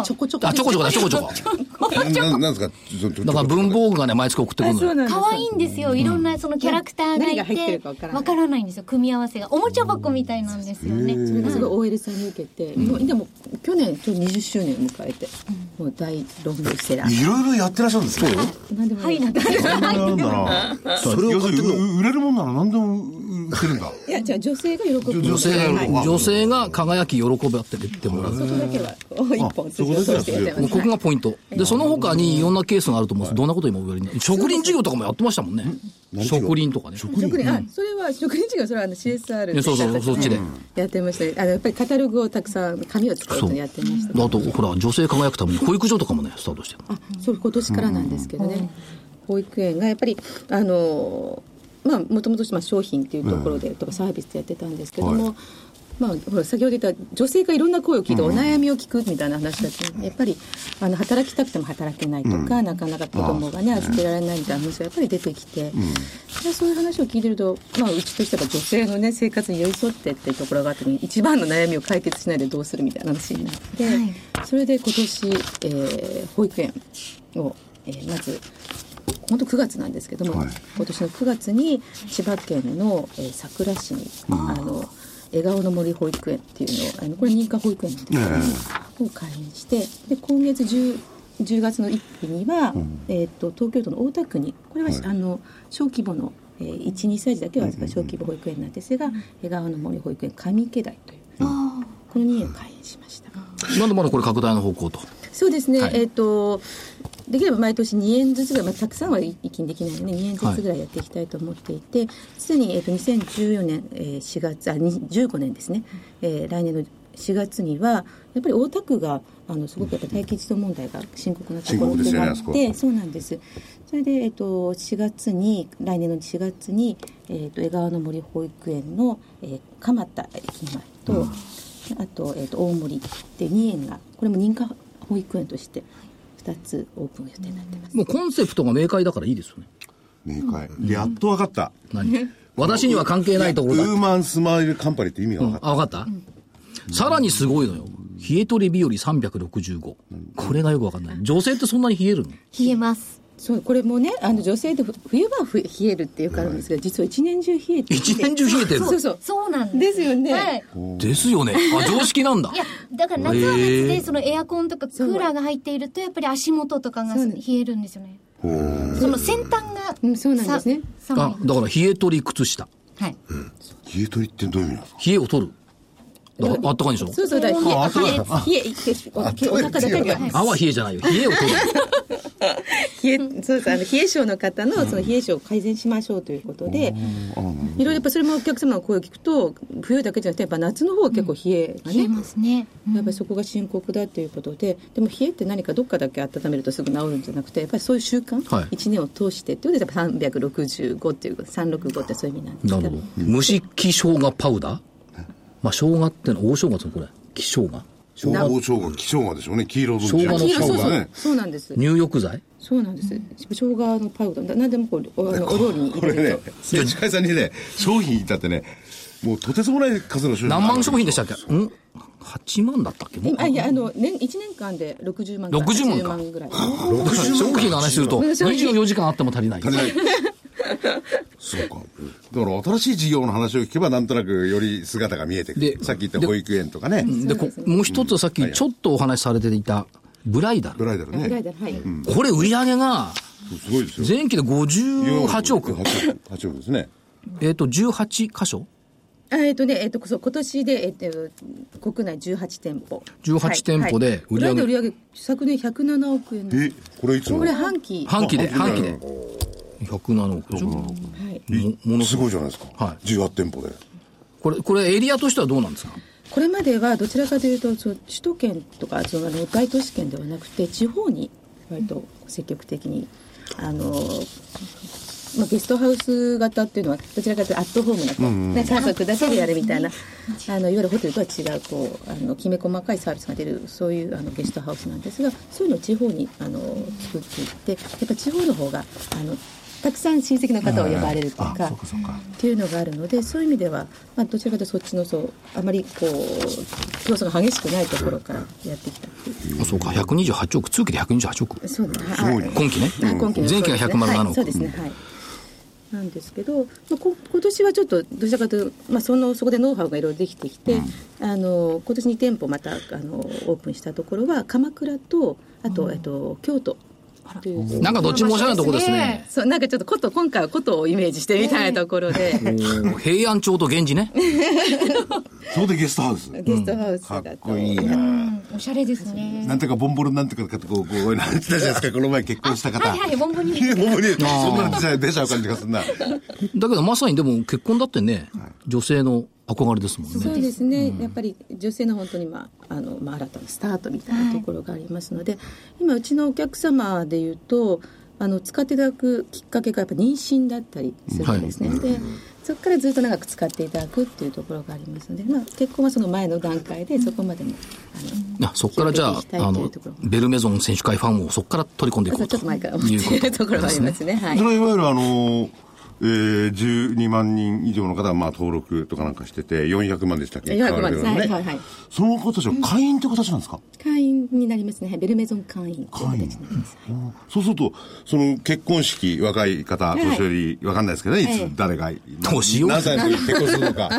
Speaker 6: ちょこちょこ
Speaker 3: あちょこちょこだちょこちょこ
Speaker 5: ななんですかちょちょ
Speaker 3: だから文
Speaker 5: ちょ
Speaker 3: 房具がね毎月送ってくるのよ
Speaker 2: 可愛いんですよいろんなそのキャラクターが
Speaker 6: 何が
Speaker 2: い
Speaker 6: 入ってる
Speaker 2: て
Speaker 6: かわからない
Speaker 2: わからないんですよ組み合わせがおもちゃ箱みたいなんですよね
Speaker 6: それがすごい OL さんに受けて、もうでも去年ちょうど20周年を迎えて、もう大ロングセラー
Speaker 5: いろいろやってらっしゃるんですか
Speaker 6: 何でも
Speaker 2: はいなんか
Speaker 5: あるんだなそれを買って売れるもんなら何でも売ってるんだ
Speaker 6: いやじゃあ女性が喜ぶ
Speaker 3: 女性
Speaker 6: はい
Speaker 3: が女性が輝き喜び合って言ってもらう
Speaker 6: そこだけはこう一本筋を通してやっちゃい
Speaker 3: も
Speaker 6: ま
Speaker 3: う
Speaker 6: す
Speaker 3: こ
Speaker 6: は
Speaker 3: こがポイントでその他にいろんなケースがあると思うんですどんなこと今お言われになる植林事業とかもやってましたもんね植林とかね
Speaker 6: い職人あそれは職人事業それはあの CSR って
Speaker 3: ねそうそうそっちで
Speaker 6: やってましたねあのやっぱりカタログをたくさん紙を使うのやってました
Speaker 3: あとほら女性輝くために保育所とかもねスタートしてる
Speaker 6: あそう今年からなんですけどね、保育園がやっぱりあのまあもともと商品っていうところで、とかサービスでやってたんですけども、まあ、ほら先ほど言った女性がいろんな声を聞いてお悩みを聞くみたいな話だったやっぱりあの働きたくても働けないとか、なかなか子供がね預けられないみたいな話がやっぱり出てきて、でそういう話を聞いてると、まあ、うちとしては女性の、ね、生活に寄り添ってっていうところがあったのに一番の悩みを解決しないでどうするみたいな話になって、それで今年、えー保育園を、えーまず本当9月なんですけども、
Speaker 5: はい
Speaker 6: 今年の9月に千葉県の、えー佐倉市に、あの笑顔の森保育園っていうのをあのこれ認可保育園なんですけども、を開園してで今月 10, 10月の1日には、えー、と東京都の大田区にこれは、あの小規模の、えー、12歳児だけは預かる小規模保育園なんですが、笑顔の森保育園上池台という、この2園開園しました。
Speaker 3: まだまだこれ拡大の方向と。
Speaker 6: そうですね、
Speaker 3: はい
Speaker 6: えっ、と、できれば毎年2円ずつぐらい、まあ、たくさんは一気にできないので、2円ずつぐらいやっていきたいと思っていて、す、で、に、えー、と2014年、えー4月、あ、に15年ですね、えー来年の4月には、やっぱり大田区が、あのすごくやっぱ待機児童問題が深刻なところ
Speaker 5: 深刻です
Speaker 6: で
Speaker 5: よね
Speaker 6: あ
Speaker 5: あそ
Speaker 6: っ
Speaker 5: こ
Speaker 6: て、そうなんです。それで、えっと、4月に、来年の4月に、えっと、江川の森保育園の、えー、蒲田駅前と、あと、えっと、大森っていう2園が、これも認可保育園として、2つオープン予定になってます。
Speaker 3: もうコンセプトが明快だからいいですよね。
Speaker 5: 明快でやっと分かった
Speaker 3: 何私には関係ないところだ。
Speaker 5: ウーマンスマイルカンパニーって意味が分かった、
Speaker 3: あ、わかった、さらにすごいのよ。冷え取り日和365。これがよくわかんない。女性ってそんなに冷えるの
Speaker 2: 冷えます。
Speaker 6: そう、これもね、あの女性でふ冬はふ冷えるっていうからあるんですけど、実は一年中冷えて
Speaker 3: 一年中冷えてるの
Speaker 6: そうそう。
Speaker 2: そうなんです。
Speaker 6: ですよね。
Speaker 2: はい。
Speaker 3: ですよね。あ、常識なんだ
Speaker 2: い。や、だから夏は夏で、そのエアコンとかクーラーが入っていると、やっぱり足元とかが
Speaker 6: そ
Speaker 2: 冷
Speaker 6: うなんで
Speaker 2: えるんですよね。その先端が、
Speaker 6: うんそうなんですね
Speaker 2: さ寒
Speaker 3: あ、だから冷え取り靴下。
Speaker 2: い。はい。
Speaker 5: 冷え取りってどういう意味なの
Speaker 3: 冷えを取る。だからあったかいんでしょ
Speaker 6: そうそう、だから冷え、冷え、冷え、お腹だけが。
Speaker 3: あは冷えじゃないよ。冷えを取る。
Speaker 6: 冷えそうですあの冷え性の方のその冷え性を改善しましょうということで、いろいろやっぱそれもお客様の声を聞くと冬だけじゃなくてやっぱ夏の方は結構冷えが
Speaker 2: 冷
Speaker 6: ね、
Speaker 2: えますね。
Speaker 6: やっぱりそこが深刻だということででも冷えって何かどっかだけ温めるとすぐ治るんじゃなくてやっぱりそういう習慣、
Speaker 3: はい
Speaker 6: 1年を通してっていうことでやっぱ365っていうこと365ってそういう意味なんです
Speaker 3: な
Speaker 6: け
Speaker 3: る
Speaker 6: ど
Speaker 3: ほど。蒸し生姜パウダーまあ、生姜ってのは大生姜ですよ、これ。生生姜。
Speaker 5: 生姜大生姜貴生姜でしょうね黄色の
Speaker 3: 生姜の
Speaker 6: 黄色そうそ
Speaker 5: が
Speaker 6: うそうなんです
Speaker 3: 入浴剤
Speaker 6: そうなんです生姜のパウダーな何でもこうおあのお料理に入
Speaker 5: こ
Speaker 6: れ
Speaker 5: れ
Speaker 6: ると
Speaker 5: ね。政治会さんにね商品いたってねもうとてつもない数の商品
Speaker 3: 何万商品で
Speaker 5: し
Speaker 3: したっけん ?8 万だったっけもう
Speaker 6: 今あいやあの年1年間で60万から
Speaker 3: 60万
Speaker 6: 80
Speaker 3: か
Speaker 6: 万ぐらい
Speaker 3: 商品の話すると、
Speaker 6: 商品
Speaker 3: 24時間あっても足りない。
Speaker 5: 足りないそうかだから新しい事業の話を聞けばなんとなくより姿が見えてくる
Speaker 3: で
Speaker 5: さっき言った保育園とかね
Speaker 3: で、こもう一つさっきちょっとお話しされていた、ブライダ
Speaker 5: ブ
Speaker 3: ル。
Speaker 5: ライダル
Speaker 6: ぐらい
Speaker 5: ね
Speaker 6: だはい、
Speaker 3: これ売り上げが、
Speaker 5: すごいですよ
Speaker 3: 前期で58億。
Speaker 5: 8億8億ですね
Speaker 3: えっと、18箇所
Speaker 6: あえっ、とね、えっ、と、そう、今年で、えっ、と、国内18店舗。
Speaker 3: 18店舗で売
Speaker 6: 売
Speaker 3: り上
Speaker 6: り
Speaker 3: げ
Speaker 6: 上げ。売り上げ、昨年107億円です。
Speaker 5: えこれいつも
Speaker 6: これ半期。
Speaker 3: 半期で、
Speaker 5: あ
Speaker 3: 半期で。107億でしょも
Speaker 6: はい。
Speaker 3: ものす
Speaker 5: す
Speaker 3: ごい。
Speaker 5: ごいじゃないですか、
Speaker 3: はい
Speaker 5: 18店舗で
Speaker 3: これ、これエリアとしてはどうなんですか
Speaker 6: これまでは、どちらかというと、そう、首都圏とか、その、あの大都市圏ではなくて、地方に。割と積極的に。あの。まあ、ゲストハウス型っていうのはどちらかというとアットホームなこう、ね、家族だけでやるみたいなあのいわゆるホテルとは違うこうあのきめ細かいサービスが出るそういうあのゲストハウスなんですがそういうのを地方にあの作っていってやっぱ地方の方があのたくさん親戚の方を呼ばれるとか,、っていうのがあるのでそういう意味では、まあ、どちらかというとそっちのそうあまりこう競争が激しくないところからやってきたってい
Speaker 3: あそうか、128億。通期で128億
Speaker 6: う。そうです
Speaker 5: すごいね
Speaker 3: 今期ね
Speaker 6: あ。今期の
Speaker 3: 前期が
Speaker 6: そうです
Speaker 3: 107
Speaker 6: ねはい
Speaker 3: 億
Speaker 6: そう。ですね、はいなんですけど、まあ、こ今年はちょっとどちらかというと、まあ、そのそこでノウハウがいろいろできてきて、あの今年2店舗またあのオープンしたところは鎌倉とあと、えっと、京都という
Speaker 3: なんかどっちもおしゃれなとこですね。
Speaker 6: そうなんかちょっと古都今回は古都をイメージしてみたいなところで、
Speaker 3: お平安町と源氏ね。
Speaker 5: そこでゲストハウス
Speaker 6: ゲストハウス
Speaker 5: か
Speaker 6: だ
Speaker 5: っ
Speaker 6: と、
Speaker 5: こいいな
Speaker 2: うん、おしゃれですね。
Speaker 5: なんとかボンボロなんとかとかってこうこうこういうの言ってたじゃないですかこの前結婚した方
Speaker 2: はいはい、ボンボ に。
Speaker 5: ボンボロにそんなの出ちゃう出ちゃう感じがするな
Speaker 3: だけどまさにでも結婚だってね、女性の憧れですもんね。
Speaker 6: そうですね、やっぱり女性の本当に、まああのまあ、新たなスタートみたいなところがありますので、今うちのお客様でいうとあの使っていただくきっかけがやっぱ妊娠だったりするんですね、でそこからずっと長く使っていただくっていうところがありますので、まあ、結婚はその前の段階でそこまでも
Speaker 3: あそこからじゃあ
Speaker 6: 広げていきたい
Speaker 3: あ
Speaker 6: という
Speaker 3: の
Speaker 6: ところ
Speaker 3: ベルメゾン選手会ファンをそこから取り込んでい
Speaker 6: あ
Speaker 3: こ
Speaker 6: の
Speaker 3: う
Speaker 6: ち
Speaker 3: と
Speaker 6: ょっと前から思っているところがありますね。はい
Speaker 5: それはいわゆるあのーえー、12万人以上の方がまあ登録とかなんかしてて、400万でしたっけ
Speaker 6: 400万
Speaker 5: 買
Speaker 6: です、
Speaker 5: われ
Speaker 6: は
Speaker 5: て
Speaker 6: い
Speaker 5: るの
Speaker 6: は
Speaker 5: ね
Speaker 6: いはい、
Speaker 5: その子たちは会員って形なんですか
Speaker 6: 会員になりますね、はいベルメゾン会員という形になります、はい
Speaker 5: そうすると、その結婚式、若い方、
Speaker 6: い
Speaker 5: 年寄り、わかんないですけどね、い
Speaker 6: ええ
Speaker 5: つ、誰が、
Speaker 3: 年寄り
Speaker 5: 何歳の時に結婚する のか。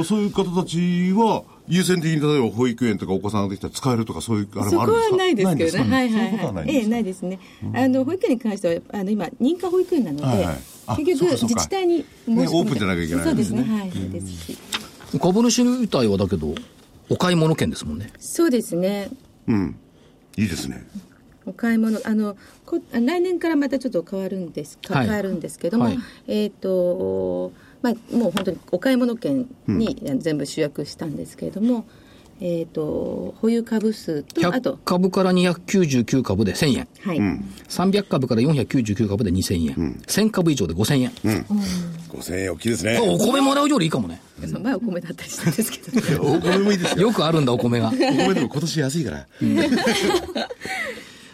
Speaker 5: あそういう方たちは、優先的に例えば保育園とかお子さんができたら使えるとか、そういうあれ
Speaker 6: そ
Speaker 5: も
Speaker 6: こ
Speaker 5: あるんですか
Speaker 6: はないですけどね、はいはい
Speaker 5: そういうことはな
Speaker 6: はいい、
Speaker 5: んです
Speaker 6: ええ
Speaker 5: か
Speaker 6: ないですね、あの保育園に関しては、あの今、認可保育園なので、
Speaker 5: はいはいあ
Speaker 6: 結
Speaker 5: そうか
Speaker 6: 局、
Speaker 5: そうか
Speaker 6: 自治体に申し込
Speaker 5: ね
Speaker 6: む
Speaker 5: オープンじゃなきゃいけない
Speaker 6: そう
Speaker 5: で
Speaker 6: ですす
Speaker 5: ね
Speaker 6: ね、はい、ですし
Speaker 3: 株主優待はだけどお買い物券ですもんね
Speaker 6: そうですね、
Speaker 5: うん。いいですね。
Speaker 6: お買い物あのこ来年からまたちょっと変わるんですか、
Speaker 3: はい
Speaker 6: 変えるんですけども、
Speaker 3: はい
Speaker 6: えっ、とまあもう本当にお買い物券にあの全部集約したんですけれども、えっ、と保有株数とあ
Speaker 3: 100
Speaker 6: と
Speaker 3: 株から299株で1000円
Speaker 6: はい、
Speaker 3: 300株から499株で2000円、1000株以上で5000円、
Speaker 5: 5000円大きいですね。
Speaker 3: お米もらうよりいいかもね
Speaker 6: その前お米だったりしたんですけど、
Speaker 5: お米もいいですよ。
Speaker 3: よくあるんだお米が
Speaker 5: お米でも今年安いから。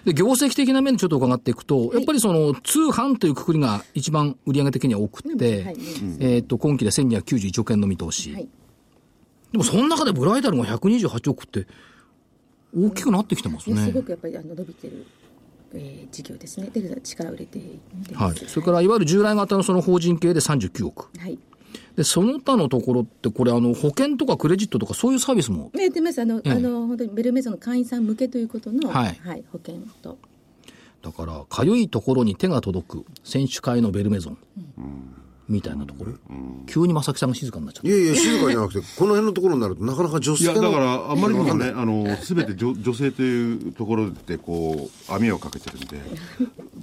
Speaker 3: で業績的な面でちょっと伺っていくと、やっぱりその通販というくくりが一番売上的には多くて、
Speaker 6: はい
Speaker 3: えっと今期で1291億円の見通し、
Speaker 6: はい
Speaker 3: でもその中でブライダルが128億って大きくなってきてますね
Speaker 6: すごくやっぱりあの伸びてる、えー事業ですねで力を入れていって
Speaker 3: は
Speaker 6: ま
Speaker 3: い、
Speaker 6: す、
Speaker 3: それからいわゆる従来型のその法人系で39億
Speaker 6: はい
Speaker 3: でその他のところってこれあの保険とかクレジットとかそういうサービスも
Speaker 6: ねやってますあの、
Speaker 3: ええ
Speaker 6: あの本当にベルメゾンの会員さん向けということの、
Speaker 3: はい
Speaker 6: 保険と
Speaker 3: だからかゆいところに手が届く選手会のベルメゾン、みたいなところ、急に正木さんが静かになっちゃった
Speaker 4: いやいや、静かじゃなくて、この辺のところになると、なかなか女
Speaker 5: い
Speaker 4: 性
Speaker 5: や、
Speaker 4: の。
Speaker 5: だから、あまりにもね、あの、すべて女女性というところで、こう、網をかけてるんで、言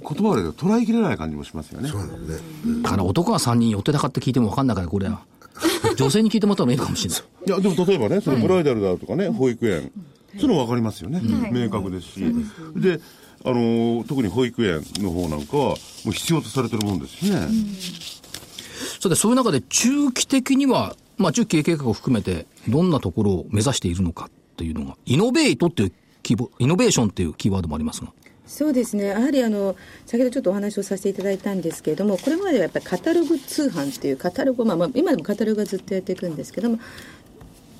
Speaker 5: 葉で捉えきれない感じもしますよね。
Speaker 4: なんだよね
Speaker 3: だから男は3人寄ってたかって聞いても分かんないからこれは女性に聞いてもらった方がいいのかもしれない
Speaker 5: いやでも例えばねそのブライダルだとかね、保育園、そういうの分かりますよね、明確ですし、であのー特に保育園の方なんかはもう必要とされてるもんですしね、
Speaker 3: さてそういう中で中期的には、まあ、中期経営計画を含めてどんなところを目指しているのかっていうのがイノベートっていうキーボイノベーションっていうキーワードもありますが
Speaker 6: そうですねやはりあの先ほどちょっとお話をさせていただいたんですけれどもこれまではやっぱりカタログ通販っていうカタログ、まあ、まあ今でもカタログはずっとやっていくんですけどもっ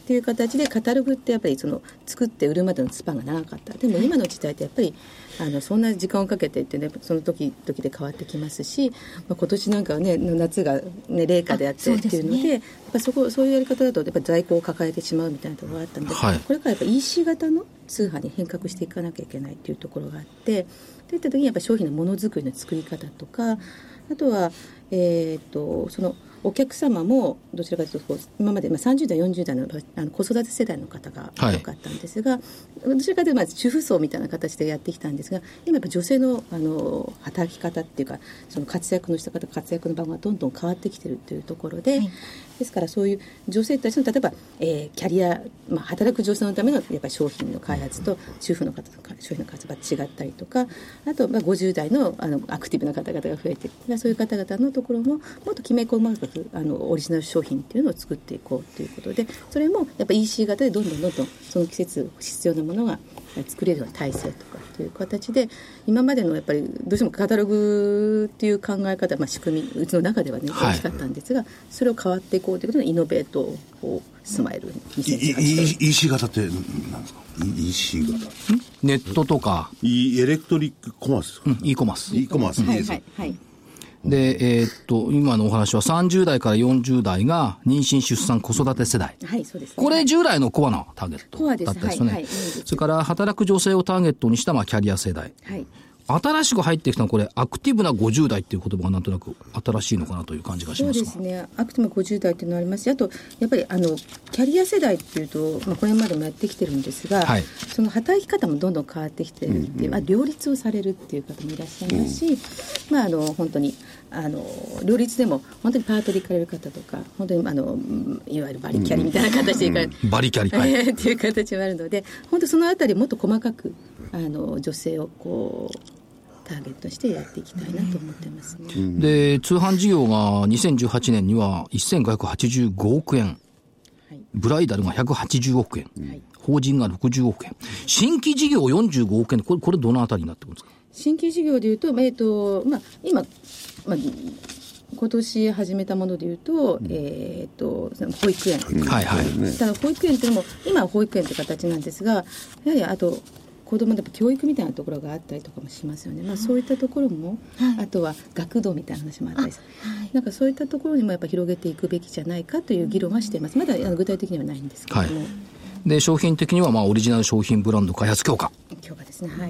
Speaker 6: ていう形でカタログってやっぱりその作って売るまでのスパンが長かったでも今の時代ってやっぱりあのそんな時間をかけてって、ね、その時々で変わってきますし、まあ、今年なんかはね夏が、ね、冷夏であって
Speaker 2: あそ
Speaker 6: っ
Speaker 2: う
Speaker 6: て
Speaker 2: ですね
Speaker 6: いうのでやっぱそこそういうやり方だとやっぱ在庫を抱えてしまうみたいなところがあったので、
Speaker 3: はい
Speaker 6: これからやっぱ EC 型の通販に変革していかなきゃいけないっていうところがあってといった時にやっぱ商品のものづくりの作り方とかあとは、えー、とそのお客様もどちらかというとこう今まで、まあ、30代40代のあの子育て世代の方が
Speaker 3: はい
Speaker 6: 多かったんですが、どちらかというとまあ主婦層みたいな形でやってきたんですが今やっぱ女性のあの働き方っていうかその活躍の仕方活躍の場がどんどん変わってきてるっていうところで。
Speaker 2: い
Speaker 6: ですからそういう女性たちの例えば、えーキャリア、まあ、働く女性のためのやっぱり商品の開発と主婦の方とか商品の開発が違ったりとかあと、まあ、50代のあのアクティブな方々が増えてそういう方々のところももっときめ細かくあのオリジナル商品っていうのを作っていこうということでそれもやっぱ EC 型でどんどんどんどんその季節必要なものが作れるような体制とかという形で今までのやっぱりどうしてもカタログっていう考え方、まあ、仕組みうちの中ではね
Speaker 3: はい
Speaker 6: 大きかったんですが、それを変わっていこうということでイノベートをスマイル
Speaker 5: いい
Speaker 6: 2018
Speaker 5: EC 型って何ですか EC 型
Speaker 3: ネットとか、
Speaker 5: エレクトリックコマースですか、
Speaker 3: うん e コマース
Speaker 5: e コマース
Speaker 6: はい
Speaker 5: いです
Speaker 6: は
Speaker 5: よ
Speaker 6: いはい
Speaker 3: で、えーっと、今のお話は30代から40代が妊娠、出産、子育て世代。
Speaker 6: はいそうですね、
Speaker 3: これ従来のコアなターゲット
Speaker 6: コアで
Speaker 3: だ
Speaker 6: す
Speaker 3: ったですよね。
Speaker 6: はいはいうん
Speaker 3: それから働く女性をターゲットにしたまあキャリア世代。
Speaker 6: はい
Speaker 3: 新しく入ってきたのはこれアクティブな50代っていう言葉がなんとなく新しいのかなという感じがし
Speaker 6: そう
Speaker 3: ます
Speaker 6: で
Speaker 3: が。
Speaker 6: すね、アクティブ50代っていうのありますし、あとやっぱりあのキャリア世代っていうと、まあ、これまでもやってきてるんですが、
Speaker 3: はい
Speaker 6: その働き方もどんどん変わってきてるっていう、まあ、両立をされるっていう方もいらっしゃいますし、まあ、あの本当にあの両立でも、本当にパートで行かれる方とか、本当にあのうんいわゆるバリキャリみたいな形で行かれる。
Speaker 3: バリキャリ。はい。
Speaker 6: えー っていう形もあるので本当そのあたりもっと細かくあの女性をこうターゲットにしてやっていきたいなと思ってますね。
Speaker 3: で、通販事業が2018年には1585億円、
Speaker 6: はい
Speaker 3: ブライダルが180億円、
Speaker 6: はい
Speaker 3: 法人が60億円、新規事業45億円、これ、これどのあたりになってくるんですか
Speaker 6: 新規事業でいうと、まあえーとまあ、今、まあ、今年始めたものでいうと,、えー、とその保育園、
Speaker 3: はいはい。
Speaker 6: ただ保育園というのも今は保育園という形なんですがやはりあと子どものやっぱ教育みたいなところがあったりとかもしますよね、まあ、そういったところも、あとは学童みたいな話もあったりするなんかそういったところにもやっぱ広げていくべきじゃないかという議論はしていますまだあの具体的にはないんですけれども、
Speaker 3: はで、商品的には、まあ、オリジナル商品ブランド開発強化。
Speaker 6: 今日はですねは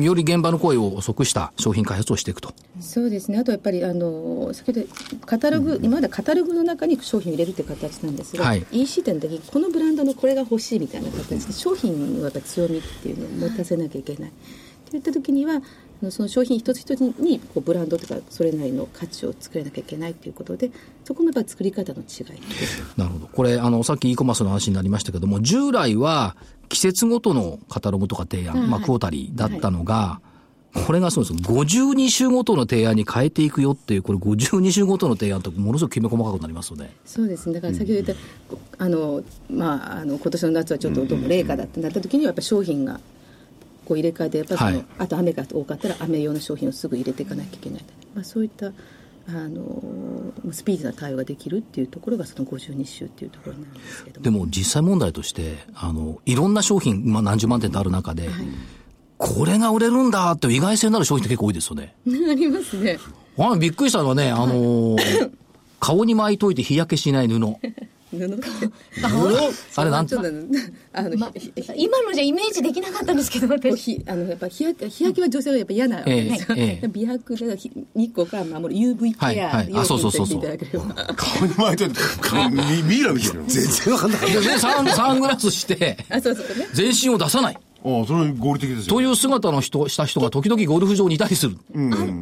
Speaker 6: い。
Speaker 3: より現場の声を即した商品開発をしていくと。
Speaker 6: そうですねあとやっぱりあの先ほどカタログ、今までカタログの中に商品を入れるという形なんですが、
Speaker 3: はい
Speaker 6: EC 店の時にこのブランドのこれが欲しいみたいな形で商品のやっぱ強みっていうのを持たせなきゃいけない。といった時にはあのその商品一つ一つにこうブランドとかそれなりの価値を作れなきゃいけないということでそこのやっぱ作り方の違い
Speaker 3: なるほど。これ、あの、さっき e コマースの話になりましたけども、従来は季節ごとのカタログとか提案、まあ、クオータリーだったのが、これがそうです。52週ごとの提案に変えていくよっていう、これ52週ごとの提案とものすごくきめ細かくなりますよね。
Speaker 6: そうですねだから先ほど言った、こあのまああの今年の夏はちょっとどうも冷夏だってなった時にはやっぱ商品がこう入れ替えてやっぱその、
Speaker 3: はい
Speaker 6: あと雨が多かったら雨用の商品をすぐ入れていかなきゃいけない、まあ、そういったあのスピーディーな対応ができるっていうところがその52週っていうところになるんですけども
Speaker 3: でも実際問題として、あの、いろんな商品、まあ、何十万点とある中で、これが売れるんだっていう意外性のある商品って結構多いですよね。
Speaker 6: ありますね
Speaker 3: あびっくりしたのはね、あのー顔に巻いといて日焼けしない布。
Speaker 6: 布って
Speaker 3: あれなん
Speaker 6: ちょっとあの、
Speaker 2: ま
Speaker 6: ひ
Speaker 2: 今のじゃイメージできなかったんですけど
Speaker 6: こう
Speaker 2: 私
Speaker 6: ひあのやっぱ日焼け日焼けは女性がやっぱ嫌なわけですよ、
Speaker 3: ええええ
Speaker 6: 美白だからひ日光から守る UV ケア
Speaker 3: はいはいあそうそうそうそう
Speaker 6: 用品と言っていただければ
Speaker 1: 顔に巻いといて、顔にミイラみたいな。
Speaker 4: 全然わかんなかっ
Speaker 3: でね、サンサングラスして、
Speaker 6: あそうそうね
Speaker 3: 全身を出さない。
Speaker 5: ああ、それは合理的ですよ。
Speaker 3: という姿の人、した人が時々ゴルフ場にいたりする。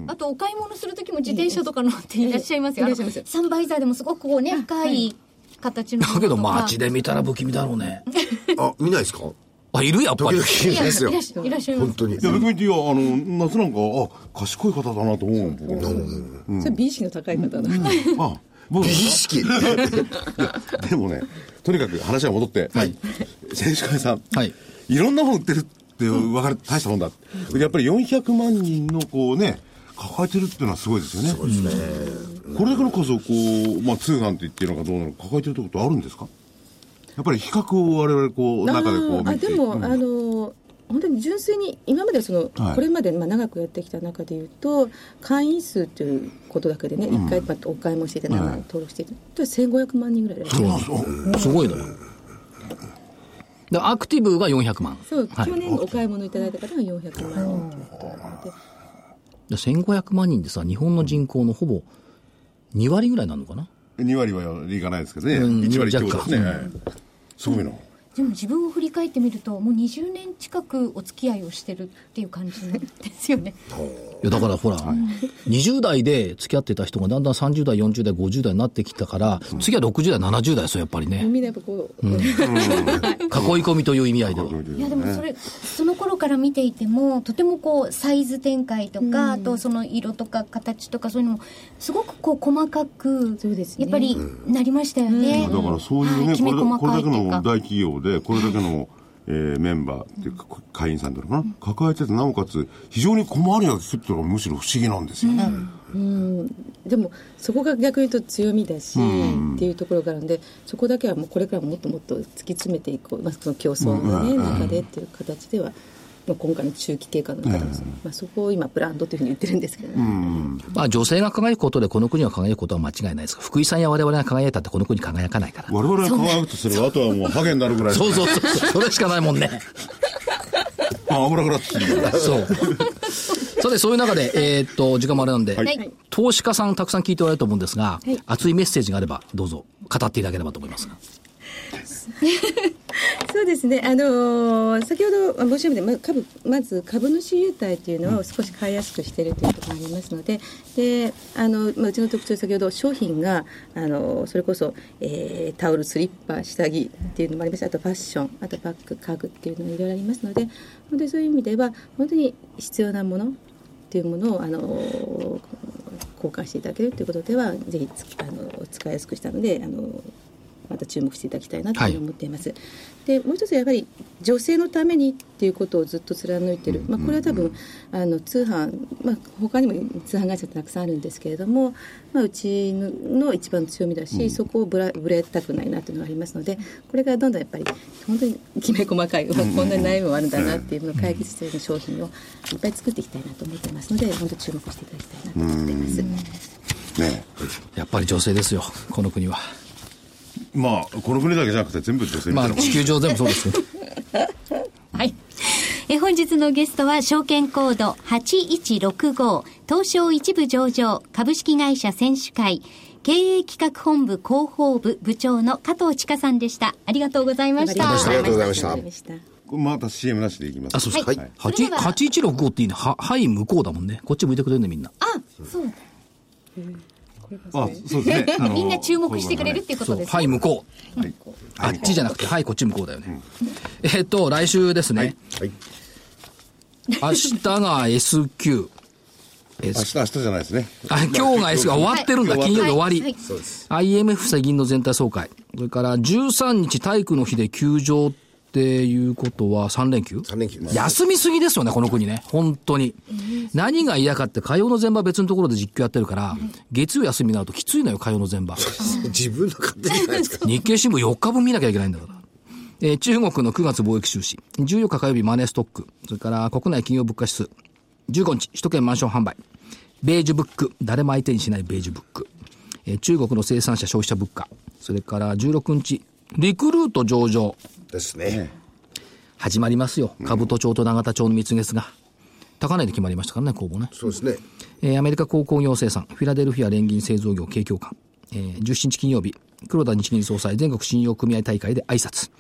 Speaker 2: ああとお買い物する時も自転車とか乗っていらっしゃいますよ、
Speaker 6: い
Speaker 2: あ
Speaker 6: ら
Speaker 2: の
Speaker 6: っしゃいます
Speaker 2: サンバイザーでもすごくこうね深い形の
Speaker 3: だけど
Speaker 2: ものとか
Speaker 3: 街で見たら不気味だろうね。
Speaker 4: た。あ、見ないですか
Speaker 3: あ、いるやっぱ
Speaker 4: 時
Speaker 3: り
Speaker 4: 々。見
Speaker 2: い
Speaker 4: な
Speaker 2: やいらっ
Speaker 4: いですよ。
Speaker 2: しゃいらっしゃいま
Speaker 4: 本
Speaker 2: す
Speaker 4: 当に。
Speaker 5: いや、別に、いや、あの、夏なんか、あ、賢い方だなと思うもん、僕ね
Speaker 6: それ美意識の高い方だ、
Speaker 5: あ、僕
Speaker 4: 美意識。
Speaker 5: でもね、とにかく話は戻って、選手会さん、
Speaker 3: はい
Speaker 5: い、ろんなもの売ってるって分かる、大したもんだ、やっぱり400万人のこうね、抱えてるっていうのはすごいですよね。うんこれだけの数をこう、まあ、通販って言ってるのかどうなのか、抱えてるってことあるんですかやっぱり比較を我々こう、
Speaker 6: あ
Speaker 5: 中でこう
Speaker 6: ーあ
Speaker 5: 見て。
Speaker 6: でも、
Speaker 5: うん
Speaker 6: あの本当に純粋に今までその、
Speaker 5: はい
Speaker 6: これまで、まあ、長くやってきた中でいうと会員数ということだけでね、一回まあお買い物していただいて、
Speaker 5: はい
Speaker 6: 登録していただいて1500万人ぐらいいらっしゃ
Speaker 5: そ
Speaker 6: いうま
Speaker 5: な
Speaker 6: す
Speaker 5: んですよ
Speaker 3: すごいのよ。でアクティブが400万。
Speaker 6: そう、
Speaker 3: はい
Speaker 6: 去年お買い物いただいた方が400万人ということなので
Speaker 3: で1500万人でさ、日本の人口のほぼ2割ぐらいなのかな
Speaker 5: 2割はいかないですけどね、
Speaker 3: うん
Speaker 5: 1割強ですね、
Speaker 3: 若干
Speaker 5: はいすごいな。
Speaker 2: でも自分を振り返ってみるともう20年近くお付き合いをしてるっていう感じなんですよね
Speaker 3: いやだからほら、20代で付き合ってた人がだんだん30代、40代、50代になってきたから、次は60代、70代ですよ、やっぱりね。
Speaker 6: みんなやっぱこう、
Speaker 3: 囲い込みという意味合いでは。
Speaker 2: いやでもそれその頃から見ていてもとてもこうサイズ展開とか、あとその色とか形とかそういうのもすごくこう細かく
Speaker 6: そうですね
Speaker 2: やっぱりなりましたよね、
Speaker 5: だからそういうね、
Speaker 2: はいきめ
Speaker 5: これだ
Speaker 2: 細
Speaker 5: これ
Speaker 2: かいっ
Speaker 5: だけ
Speaker 2: ていう
Speaker 5: の
Speaker 2: か
Speaker 5: 大企業で、これだけの、えーメンバーっていうか、会員さんっていうのかな、抱えてて、なおかつ、非常に小回りが利くっていうのがむしろ不思議なんですよね。
Speaker 6: でもそこが逆に言うと強みだし、っていうところがあるんでそこだけはもうこれからももっともっと突き詰めていこう、まあ、その競争の、ね中でっていう形では、まあ、今回の中期経過の中でもそうまあ、そこを今ブランドというふうに言ってるんですけどね、
Speaker 3: まあ女性が輝くことでこの国が輝くことは間違いないですが、福井さんや我々が輝いたってこの国輝かないから。
Speaker 5: 我々が輝くとすれば、あとはもうハゲになるぐらいしか
Speaker 3: そ
Speaker 5: な
Speaker 3: う
Speaker 5: い
Speaker 3: そうそうそう、それしかないもんね。
Speaker 5: まあ、油からつってるから
Speaker 3: そう。さて、そういう中で、えーっと、時間もあれなんで、
Speaker 2: はい
Speaker 3: 投資家さんたくさん聞いておられると思うんですが、熱いメッセージがあれば、どうぞ、語っていただければと思いますが。
Speaker 6: そうですね、あのー先ほど申し上げたまあ株まず株主優待というのを少し買いやすくしているということがありますのでであの、まあ、うちの特徴先ほど商品が、あのーそれこそ、えータオルスリッパ下着っていうのもありますしあとファッションあとバッグ家具っていうのもいろいろありますので本当にそういう意味では本当に必要なものっっていうものをあの交換していただけるということではぜひつあの使いやすくしたのであのまた注目していただきたいなというふうに思っています。でもう一つやっぱり女性のためにっていうことをずっと貫いてる、まあ、これは多分あの通販、まあ、他にも通販会社ってたくさんあるんですけれども、まあ、うちのの一番の強みだし、そこをぶらぶれたくないなというのがありますのでこれからどんどんやっぱり本当にきめ細かい、うわこんなに悩みもあるんだなっていうのを解決している商品をいっぱい作っていきたいなと思ってますので本当に注目していただきたいなと思っています。
Speaker 5: ね
Speaker 3: やっぱり女性ですよ、この国は。
Speaker 5: まあこの国だけじゃなくて全部女性み
Speaker 3: ま
Speaker 5: たい
Speaker 3: あ、
Speaker 5: なもん
Speaker 3: 地球上全部そうですね。
Speaker 2: はい。え本日のゲストは証券コード8165東証一部上場株式会社選手会経営企画本部広報部部長の加藤千佳さんでした。ありがとうございました。
Speaker 4: ありがとうございました
Speaker 6: ありがとうございました
Speaker 5: これまた CM なしでいきます
Speaker 3: あ、そうですか。
Speaker 2: は
Speaker 3: はいい。
Speaker 2: それでは
Speaker 3: 8165っていいね。は、はい、向こうだもんね。こっち向いてくれるね、みんな。
Speaker 2: あ、そう。
Speaker 5: あそ うですねあの
Speaker 2: みんな注目してくれるっていうこ
Speaker 3: そ
Speaker 2: と
Speaker 3: う。
Speaker 2: ですね。
Speaker 3: はい、向こう。
Speaker 5: はい
Speaker 3: あっちじゃなくて、はい、こっち向こうだよね。えっと、来週ですね。
Speaker 4: はい
Speaker 3: 明日が S q
Speaker 5: 明日明日じゃないですね
Speaker 3: あ、今日が S が終わってるんだ。
Speaker 5: はい
Speaker 3: 金曜日終わり。
Speaker 2: はいはい
Speaker 3: IMF 世銀の全体総会。それから13日体育の日で休場っていうことは3連休
Speaker 4: 3連休です
Speaker 3: 休みすぎですよね、この国ね。本当に。何が嫌かって、火曜の前場別のところで実況やってるから、月曜休みになるときついのよ、火曜の前場。
Speaker 4: 自分の勝手じゃないですか
Speaker 3: 日経新聞4日分見なきゃいけないんだから。えー中国の9月貿易収支、14日火曜日マネーストック、それから国内企業物価指数、15日首都圏マンション販売、ベージュブック、誰も相手にしないベージュブック、えー中国の生産者消費者物価、それから16日、リクルート上場、
Speaker 4: ですね
Speaker 3: 始まりますよ。株都庁と永田町の蜜月が。高値で決まりましたからね、公募ね。
Speaker 4: そうですね
Speaker 3: えーアメリカ鉱工業生産、フィラデルフィア連銀製造業景況感、えー17日金曜日、黒田日銀総裁全国信用組合大会で挨拶、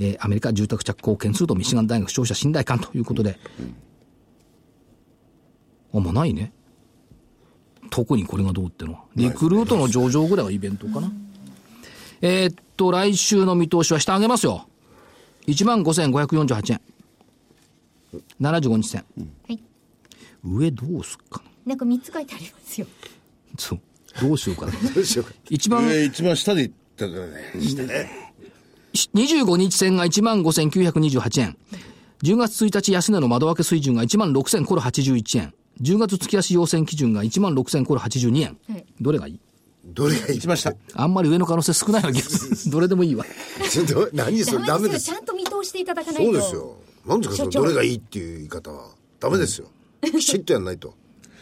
Speaker 3: えーアメリカ住宅着工件数とミシガン大学消費者信頼感ということで、あ、まあないね。特にこれがどうってのは。リクルートの上場ぐらいはイベントかな。えーっと、来週の見通しは下上げますよ。15,548円。75日線。
Speaker 2: はい。
Speaker 3: 上どうすっかな。
Speaker 2: なんか三つ書いてありますよ。
Speaker 3: そう。どうしようかな。
Speaker 4: どうしようか
Speaker 3: 一番、
Speaker 5: えー一番下で行ったからね
Speaker 3: 25日線が15,928円。10月1日安値の窓開け水準が16,000コロ81円。10月月足要線基準が16,000コロ82円
Speaker 2: はい。
Speaker 3: どれがいい
Speaker 4: どれがいい
Speaker 5: 一番下
Speaker 3: あんまり上の可能性少ないわ けです。どれでもいいわ。
Speaker 4: ちょっと何それダメです
Speaker 2: ちゃんと見通していただかない
Speaker 4: そ
Speaker 2: と。
Speaker 4: うですよ何ですかその
Speaker 2: 所長
Speaker 4: どれがいいっていう言い方はダメですよきちっとやんないと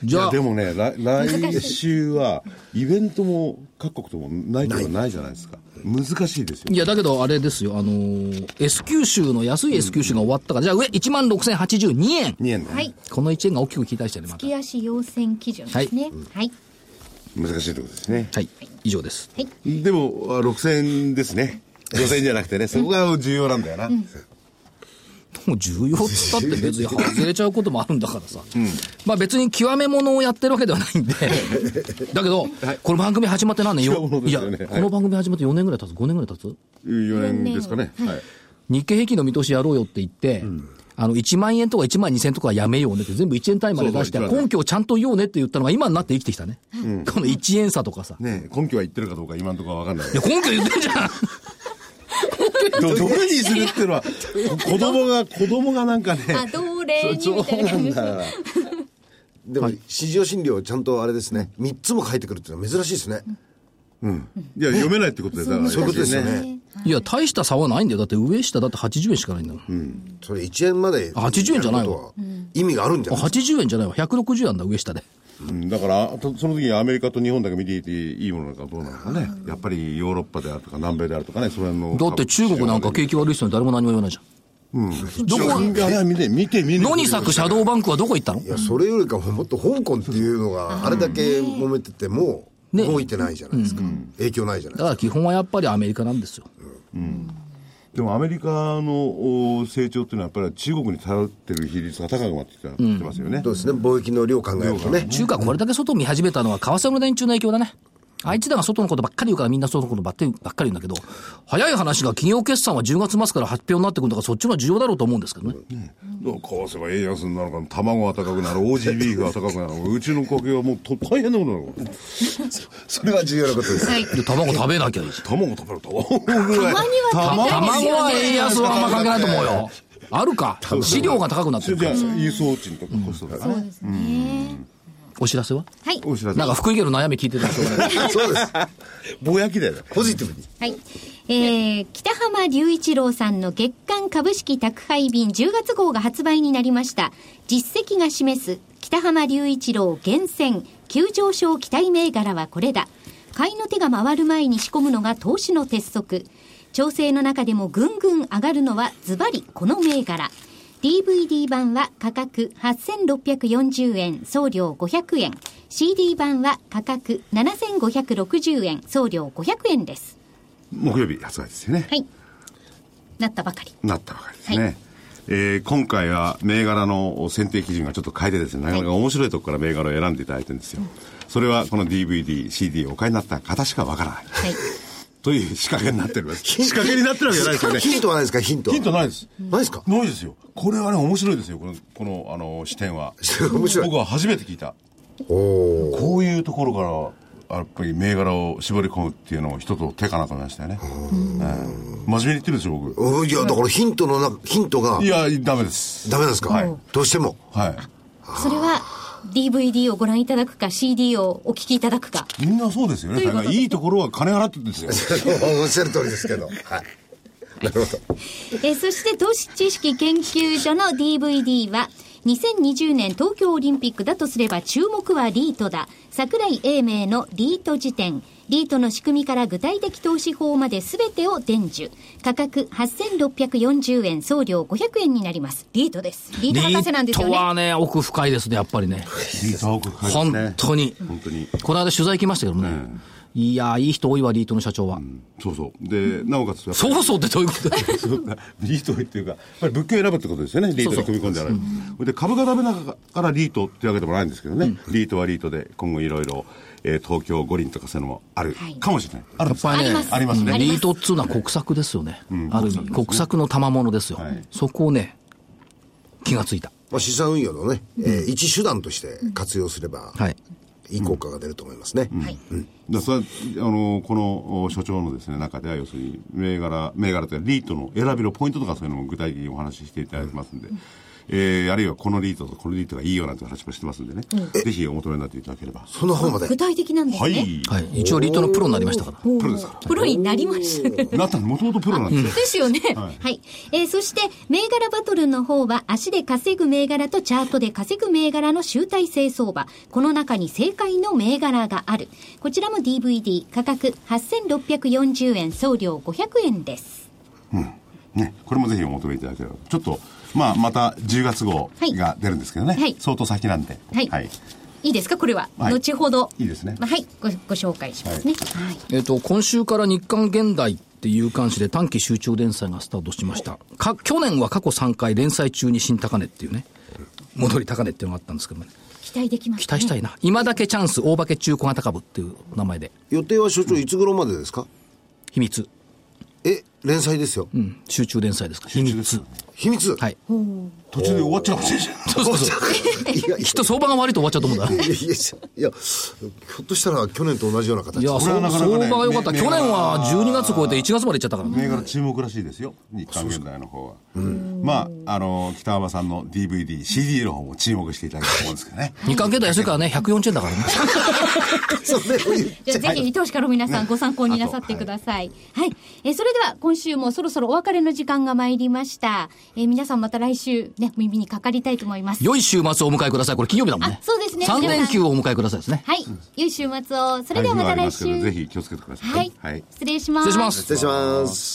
Speaker 3: じゃあ
Speaker 5: いやで、もね来来週はイベントも各国ともないとかないじゃないですか難しいですよ
Speaker 3: いや、だけどあれですよ、あのー S 九州の安い S 九州が終わったから、じゃあ上16,082円。
Speaker 5: 2円ね、
Speaker 2: はい。
Speaker 3: この1円が大きく聞いたりしてね、また。
Speaker 2: 月足要線基準ですね。はい。
Speaker 5: 難しいところですね
Speaker 3: はい、以上です。
Speaker 5: でもあ6000円ですね5000円じゃなくてねそこが重要なんだよな、
Speaker 3: もう重要っつったって別に外れちゃうこともあるんだからさ。まあ別に極め物をやってるわけではないんで。だけど、この番組始まって何年
Speaker 5: 極め
Speaker 3: よ、
Speaker 5: 物で
Speaker 3: い
Speaker 5: す
Speaker 3: や、
Speaker 5: よね
Speaker 3: この番組始まって4年ぐらい経つ ?5 年ぐらい経つ
Speaker 5: 4年ですかね、はい
Speaker 3: 日経平均の見通しやろうよって言って、あの、1万円とか1万2000円とかはやめようねって、全部1円単位まで出して、
Speaker 5: そうそう
Speaker 3: 根拠をちゃんと言おうねって言ったのが今になって生きてきたね。この1円差とかさ。
Speaker 5: ねえ根拠は言ってるかどうか今のところは分かんない
Speaker 3: いや、根拠言ってるじゃん
Speaker 5: どどれにするっていうのは子供が子供がなんかね
Speaker 2: あ、ど れにみたいな感じですね。
Speaker 4: でも市場診療ちゃんとあれですね3つも書いてくるっていうのは珍しいですね
Speaker 5: いや読めないってことでだから
Speaker 4: そういうことですよね
Speaker 3: いや、大した差はないんだよ。だって上下だって80円しかないんだもん。
Speaker 4: それ1円まで
Speaker 3: あ80円じゃないわ
Speaker 4: やることは意味があるんじゃ
Speaker 3: あ
Speaker 4: ない
Speaker 3: 80円じゃないわ。160円なんだ、上下で。
Speaker 5: うんだからとその時にアメリカと日本だけ見ていていいものなのかどうなのかねやっぱりヨーロッパであるとか南米であるとかねそれの
Speaker 3: だって中国なんか景気悪い人に誰も何も言わないじゃん。
Speaker 5: どこいや見て見て見て
Speaker 3: 野に咲くシャドーバンクはどこ行ったの
Speaker 4: いやそれよりかももっと香港っていうのがあれだけ揉めてても
Speaker 3: ね
Speaker 4: 動いてないじゃないですか影響ないじゃない
Speaker 3: だか
Speaker 4: ですから
Speaker 3: 基本はやっぱりアメリカなんですよ。
Speaker 5: でもアメリカのお成長っていうのはやっぱり中国に頼ってる比率が高くなってきたってますよね、
Speaker 4: そうですね貿易の量考えるとね
Speaker 3: 中華これだけ外見始めたのは為替の連中の影響だね。あいつらが外のことばっかり言うからみんな外のことばっかりばっかり言うんだけど、早い話が企業決算は10月末から発表になってくるんだからそっちの方が重要だろうと思うんですけどね。
Speaker 1: どうこうすれば円安になるのか卵が高くなる OG ビーフが高くなるのかうちの家計はもうと大変なことになるから
Speaker 4: それは重要なことです。
Speaker 2: はい。
Speaker 3: で、卵食べなきゃいいし。
Speaker 1: 卵食べる卵ぐらい
Speaker 2: たまには食べた
Speaker 1: 卵
Speaker 2: いです
Speaker 3: 卵
Speaker 2: よ
Speaker 3: は
Speaker 2: ね
Speaker 3: 円安はあんま関係ないと思うよ。あるか。資料が高くなって
Speaker 5: それ
Speaker 3: る
Speaker 5: じ
Speaker 3: か
Speaker 5: ゃあ
Speaker 3: ら。
Speaker 5: 輸送賃とかコストとかね、
Speaker 2: そうですね。
Speaker 3: お知らせは
Speaker 2: はい。
Speaker 5: お知らせ
Speaker 3: なんか福井家の悩み聞いてたらしょうがない。
Speaker 4: そうです。
Speaker 1: ぼやきだよ
Speaker 4: ポジティブに。
Speaker 2: はい。えー、北浜隆一郎さんの月刊株式宅配便10月号が発売になりました。実績が示す北浜隆一郎厳選急上昇期待銘柄はこれだ。買いの手が回る前に仕込むのが投資の鉄則。調整の中でもぐんぐん上がるのはズバリこの銘柄。DVD 版は価格8640円、送料500円。CD 版は価格7560円、送料500円です。
Speaker 5: 木曜日発売ですよね
Speaker 2: はい。なったばかり。
Speaker 5: なったばかりですね。
Speaker 2: はい
Speaker 5: えー今回は銘柄の選定基準がちょっと変えてですね、なかなか面白いとこから銘柄を選んでいただいてるんですよ。それはこの DVD、CD をお買いになった方しかわからない。
Speaker 2: はい。
Speaker 5: という仕掛けになっております。 仕掛けになってるわけじゃないですよね。
Speaker 4: ヒントはないですかヒント。
Speaker 5: ヒントないです。
Speaker 4: ないですか
Speaker 5: ないですよ。これはね、面白いですよ。この、この、あの、視点 は。
Speaker 4: 面白い
Speaker 5: 僕は初めて聞いた。
Speaker 4: おお。
Speaker 5: こういうところから、やっぱり銘柄を絞り込むっていうのを一つの手かなと思いましたよね。うん真面目に言ってるでしょ、僕。
Speaker 4: うんいや、だからヒントのな、ヒントが
Speaker 5: いや、ダメです。
Speaker 4: ダメなんですか、
Speaker 5: はい
Speaker 4: どうしても。
Speaker 5: はい。
Speaker 2: それは DVD をご覧いただくか CD をお聞きいただくか。
Speaker 5: みんなそうですよね。
Speaker 2: ということ
Speaker 5: 大概いいところは金払ってるんですよ。
Speaker 4: おっしゃる通りですけど。はい。なるほど。
Speaker 2: えーそして投資知識研究所の DVD は、2020年東京オリンピックだとすれば注目はリートだ。桜井英明のリート辞典。リートの仕組みから具体的投資法まで全てを伝授。価格8640円、送料500円になります。リートです。リート博士なんですよ
Speaker 3: リート
Speaker 2: ね。
Speaker 3: はね、奥深いですね、やっぱりね。
Speaker 5: リートは奥深いですね
Speaker 3: 本当に。
Speaker 5: 本当に。
Speaker 3: この間取材来ましたけどもね。いやー、いい人多いわ、リートの社長は。
Speaker 5: そうそう。で、なおかつ、やっぱ
Speaker 3: そうそうってどういうことだよ
Speaker 5: りそうか リートっていうか、やっぱり物件を選ぶってことですよね。リートに組み込んである。で、株がダメだからリートってわけでもないんですけどね。リートはリートで、今後いろいろ、えー東京五輪とかそういうのもある
Speaker 2: はい
Speaker 5: かもしれない。あるんです
Speaker 3: やっぱりね
Speaker 5: ありますね。
Speaker 2: あり
Speaker 3: リートっつうのは国策ですよね。ある意味、国策の賜物ですよ
Speaker 5: はい。
Speaker 3: そこをね、気がついた。
Speaker 4: まあ、資産運用のね、えー一手段として活用すれば、
Speaker 3: はい
Speaker 4: い。い効果が出ると思いますね。
Speaker 2: はい。
Speaker 5: だからそれはあのこのお所長のです、ね、中では要するに銘柄銘柄というかリートの選びのポイントとかそういうのも具体的にお話ししていただいてますんで、えーあるいはこのリートとこのリートがいいよなんて話もしてますんでね、ぜひお求めになっていただければ
Speaker 4: その方まで
Speaker 2: 具。体的なんです
Speaker 5: は
Speaker 2: ね。
Speaker 5: い、
Speaker 3: はい。一応リートのプロになりましたから。
Speaker 5: プロですか
Speaker 2: プロになりました。
Speaker 5: らなったのもともとプロなんですよ
Speaker 2: ですよね。はい、えーそして、銘柄バトルの方は、足で稼ぐ銘柄とチャートで稼ぐ銘柄の集大成相場。この中に正解の銘柄がある。こちらも DVD、価格8640円、送料500円です。
Speaker 5: ね、これもぜひお求めいただければちょっと、まあ、また10月号が出るんですけどね、
Speaker 2: はい
Speaker 5: 相当先なんで、
Speaker 2: はい。い、いですかこれは。
Speaker 5: はい
Speaker 2: 後ほど。
Speaker 5: いいですね
Speaker 2: まあはいご。ご紹介しますね。はい。
Speaker 3: えっと、今週から日刊現代っていう刊誌で短期集中連載がスタートしました。か、去年は過去3回連載中に新高値っていうね、戻り高値っていうのがあったんですけどもね。
Speaker 2: 期待できます、ね。
Speaker 3: 期待したいな。今だけチャンス、大化け中小型株っていう名前で。
Speaker 4: 予定は所長いつ頃までですか
Speaker 3: 秘密。
Speaker 4: え、連載ですよ。
Speaker 3: うん。集中連載ですか。秘
Speaker 5: 中で
Speaker 3: 密
Speaker 5: すよね。
Speaker 4: 秘密
Speaker 3: はい。
Speaker 5: 途中で終わっちゃうかもしれない
Speaker 3: そうそうそう。
Speaker 4: いや、いや
Speaker 3: きっと相場が悪いと終わっちゃうと思うんだ。
Speaker 4: いやいや、いや、ひょっとしたら去年と同じような形
Speaker 3: いや、
Speaker 5: これ
Speaker 3: そ
Speaker 5: は
Speaker 3: う
Speaker 5: なかなか
Speaker 3: 相
Speaker 5: ね
Speaker 3: 場が良かった。
Speaker 5: ね
Speaker 3: 去年は12月超えて1月まで行っちゃったからね。
Speaker 5: 銘柄注目らしいですよ日韓現代の方はまああの北浜さんの DVDCD の方も注目していただきたいと思うんですけどね
Speaker 3: 日刊経済安いからね、140円だからね。
Speaker 4: それを言っ
Speaker 2: じゃあぜひ投資家の皆さんご参考になさってください。はい、えーそれでは今週もそろそろお別れの時間が参りました。えー皆さんまた来週ね、お耳にかかりたいと思います。
Speaker 3: 良い週末をお迎えください。これ金曜日だもんね
Speaker 2: あ。そうですね
Speaker 3: 3連休をお迎えくださいですね。
Speaker 2: はい。良い週末を。それ
Speaker 5: 台
Speaker 2: ではま
Speaker 5: 風が
Speaker 2: た
Speaker 5: ありま
Speaker 2: 来
Speaker 5: すけど
Speaker 2: 週。
Speaker 5: ぜひ気をつけてください
Speaker 2: はい。失礼します。
Speaker 3: 失礼します。
Speaker 4: 失礼します。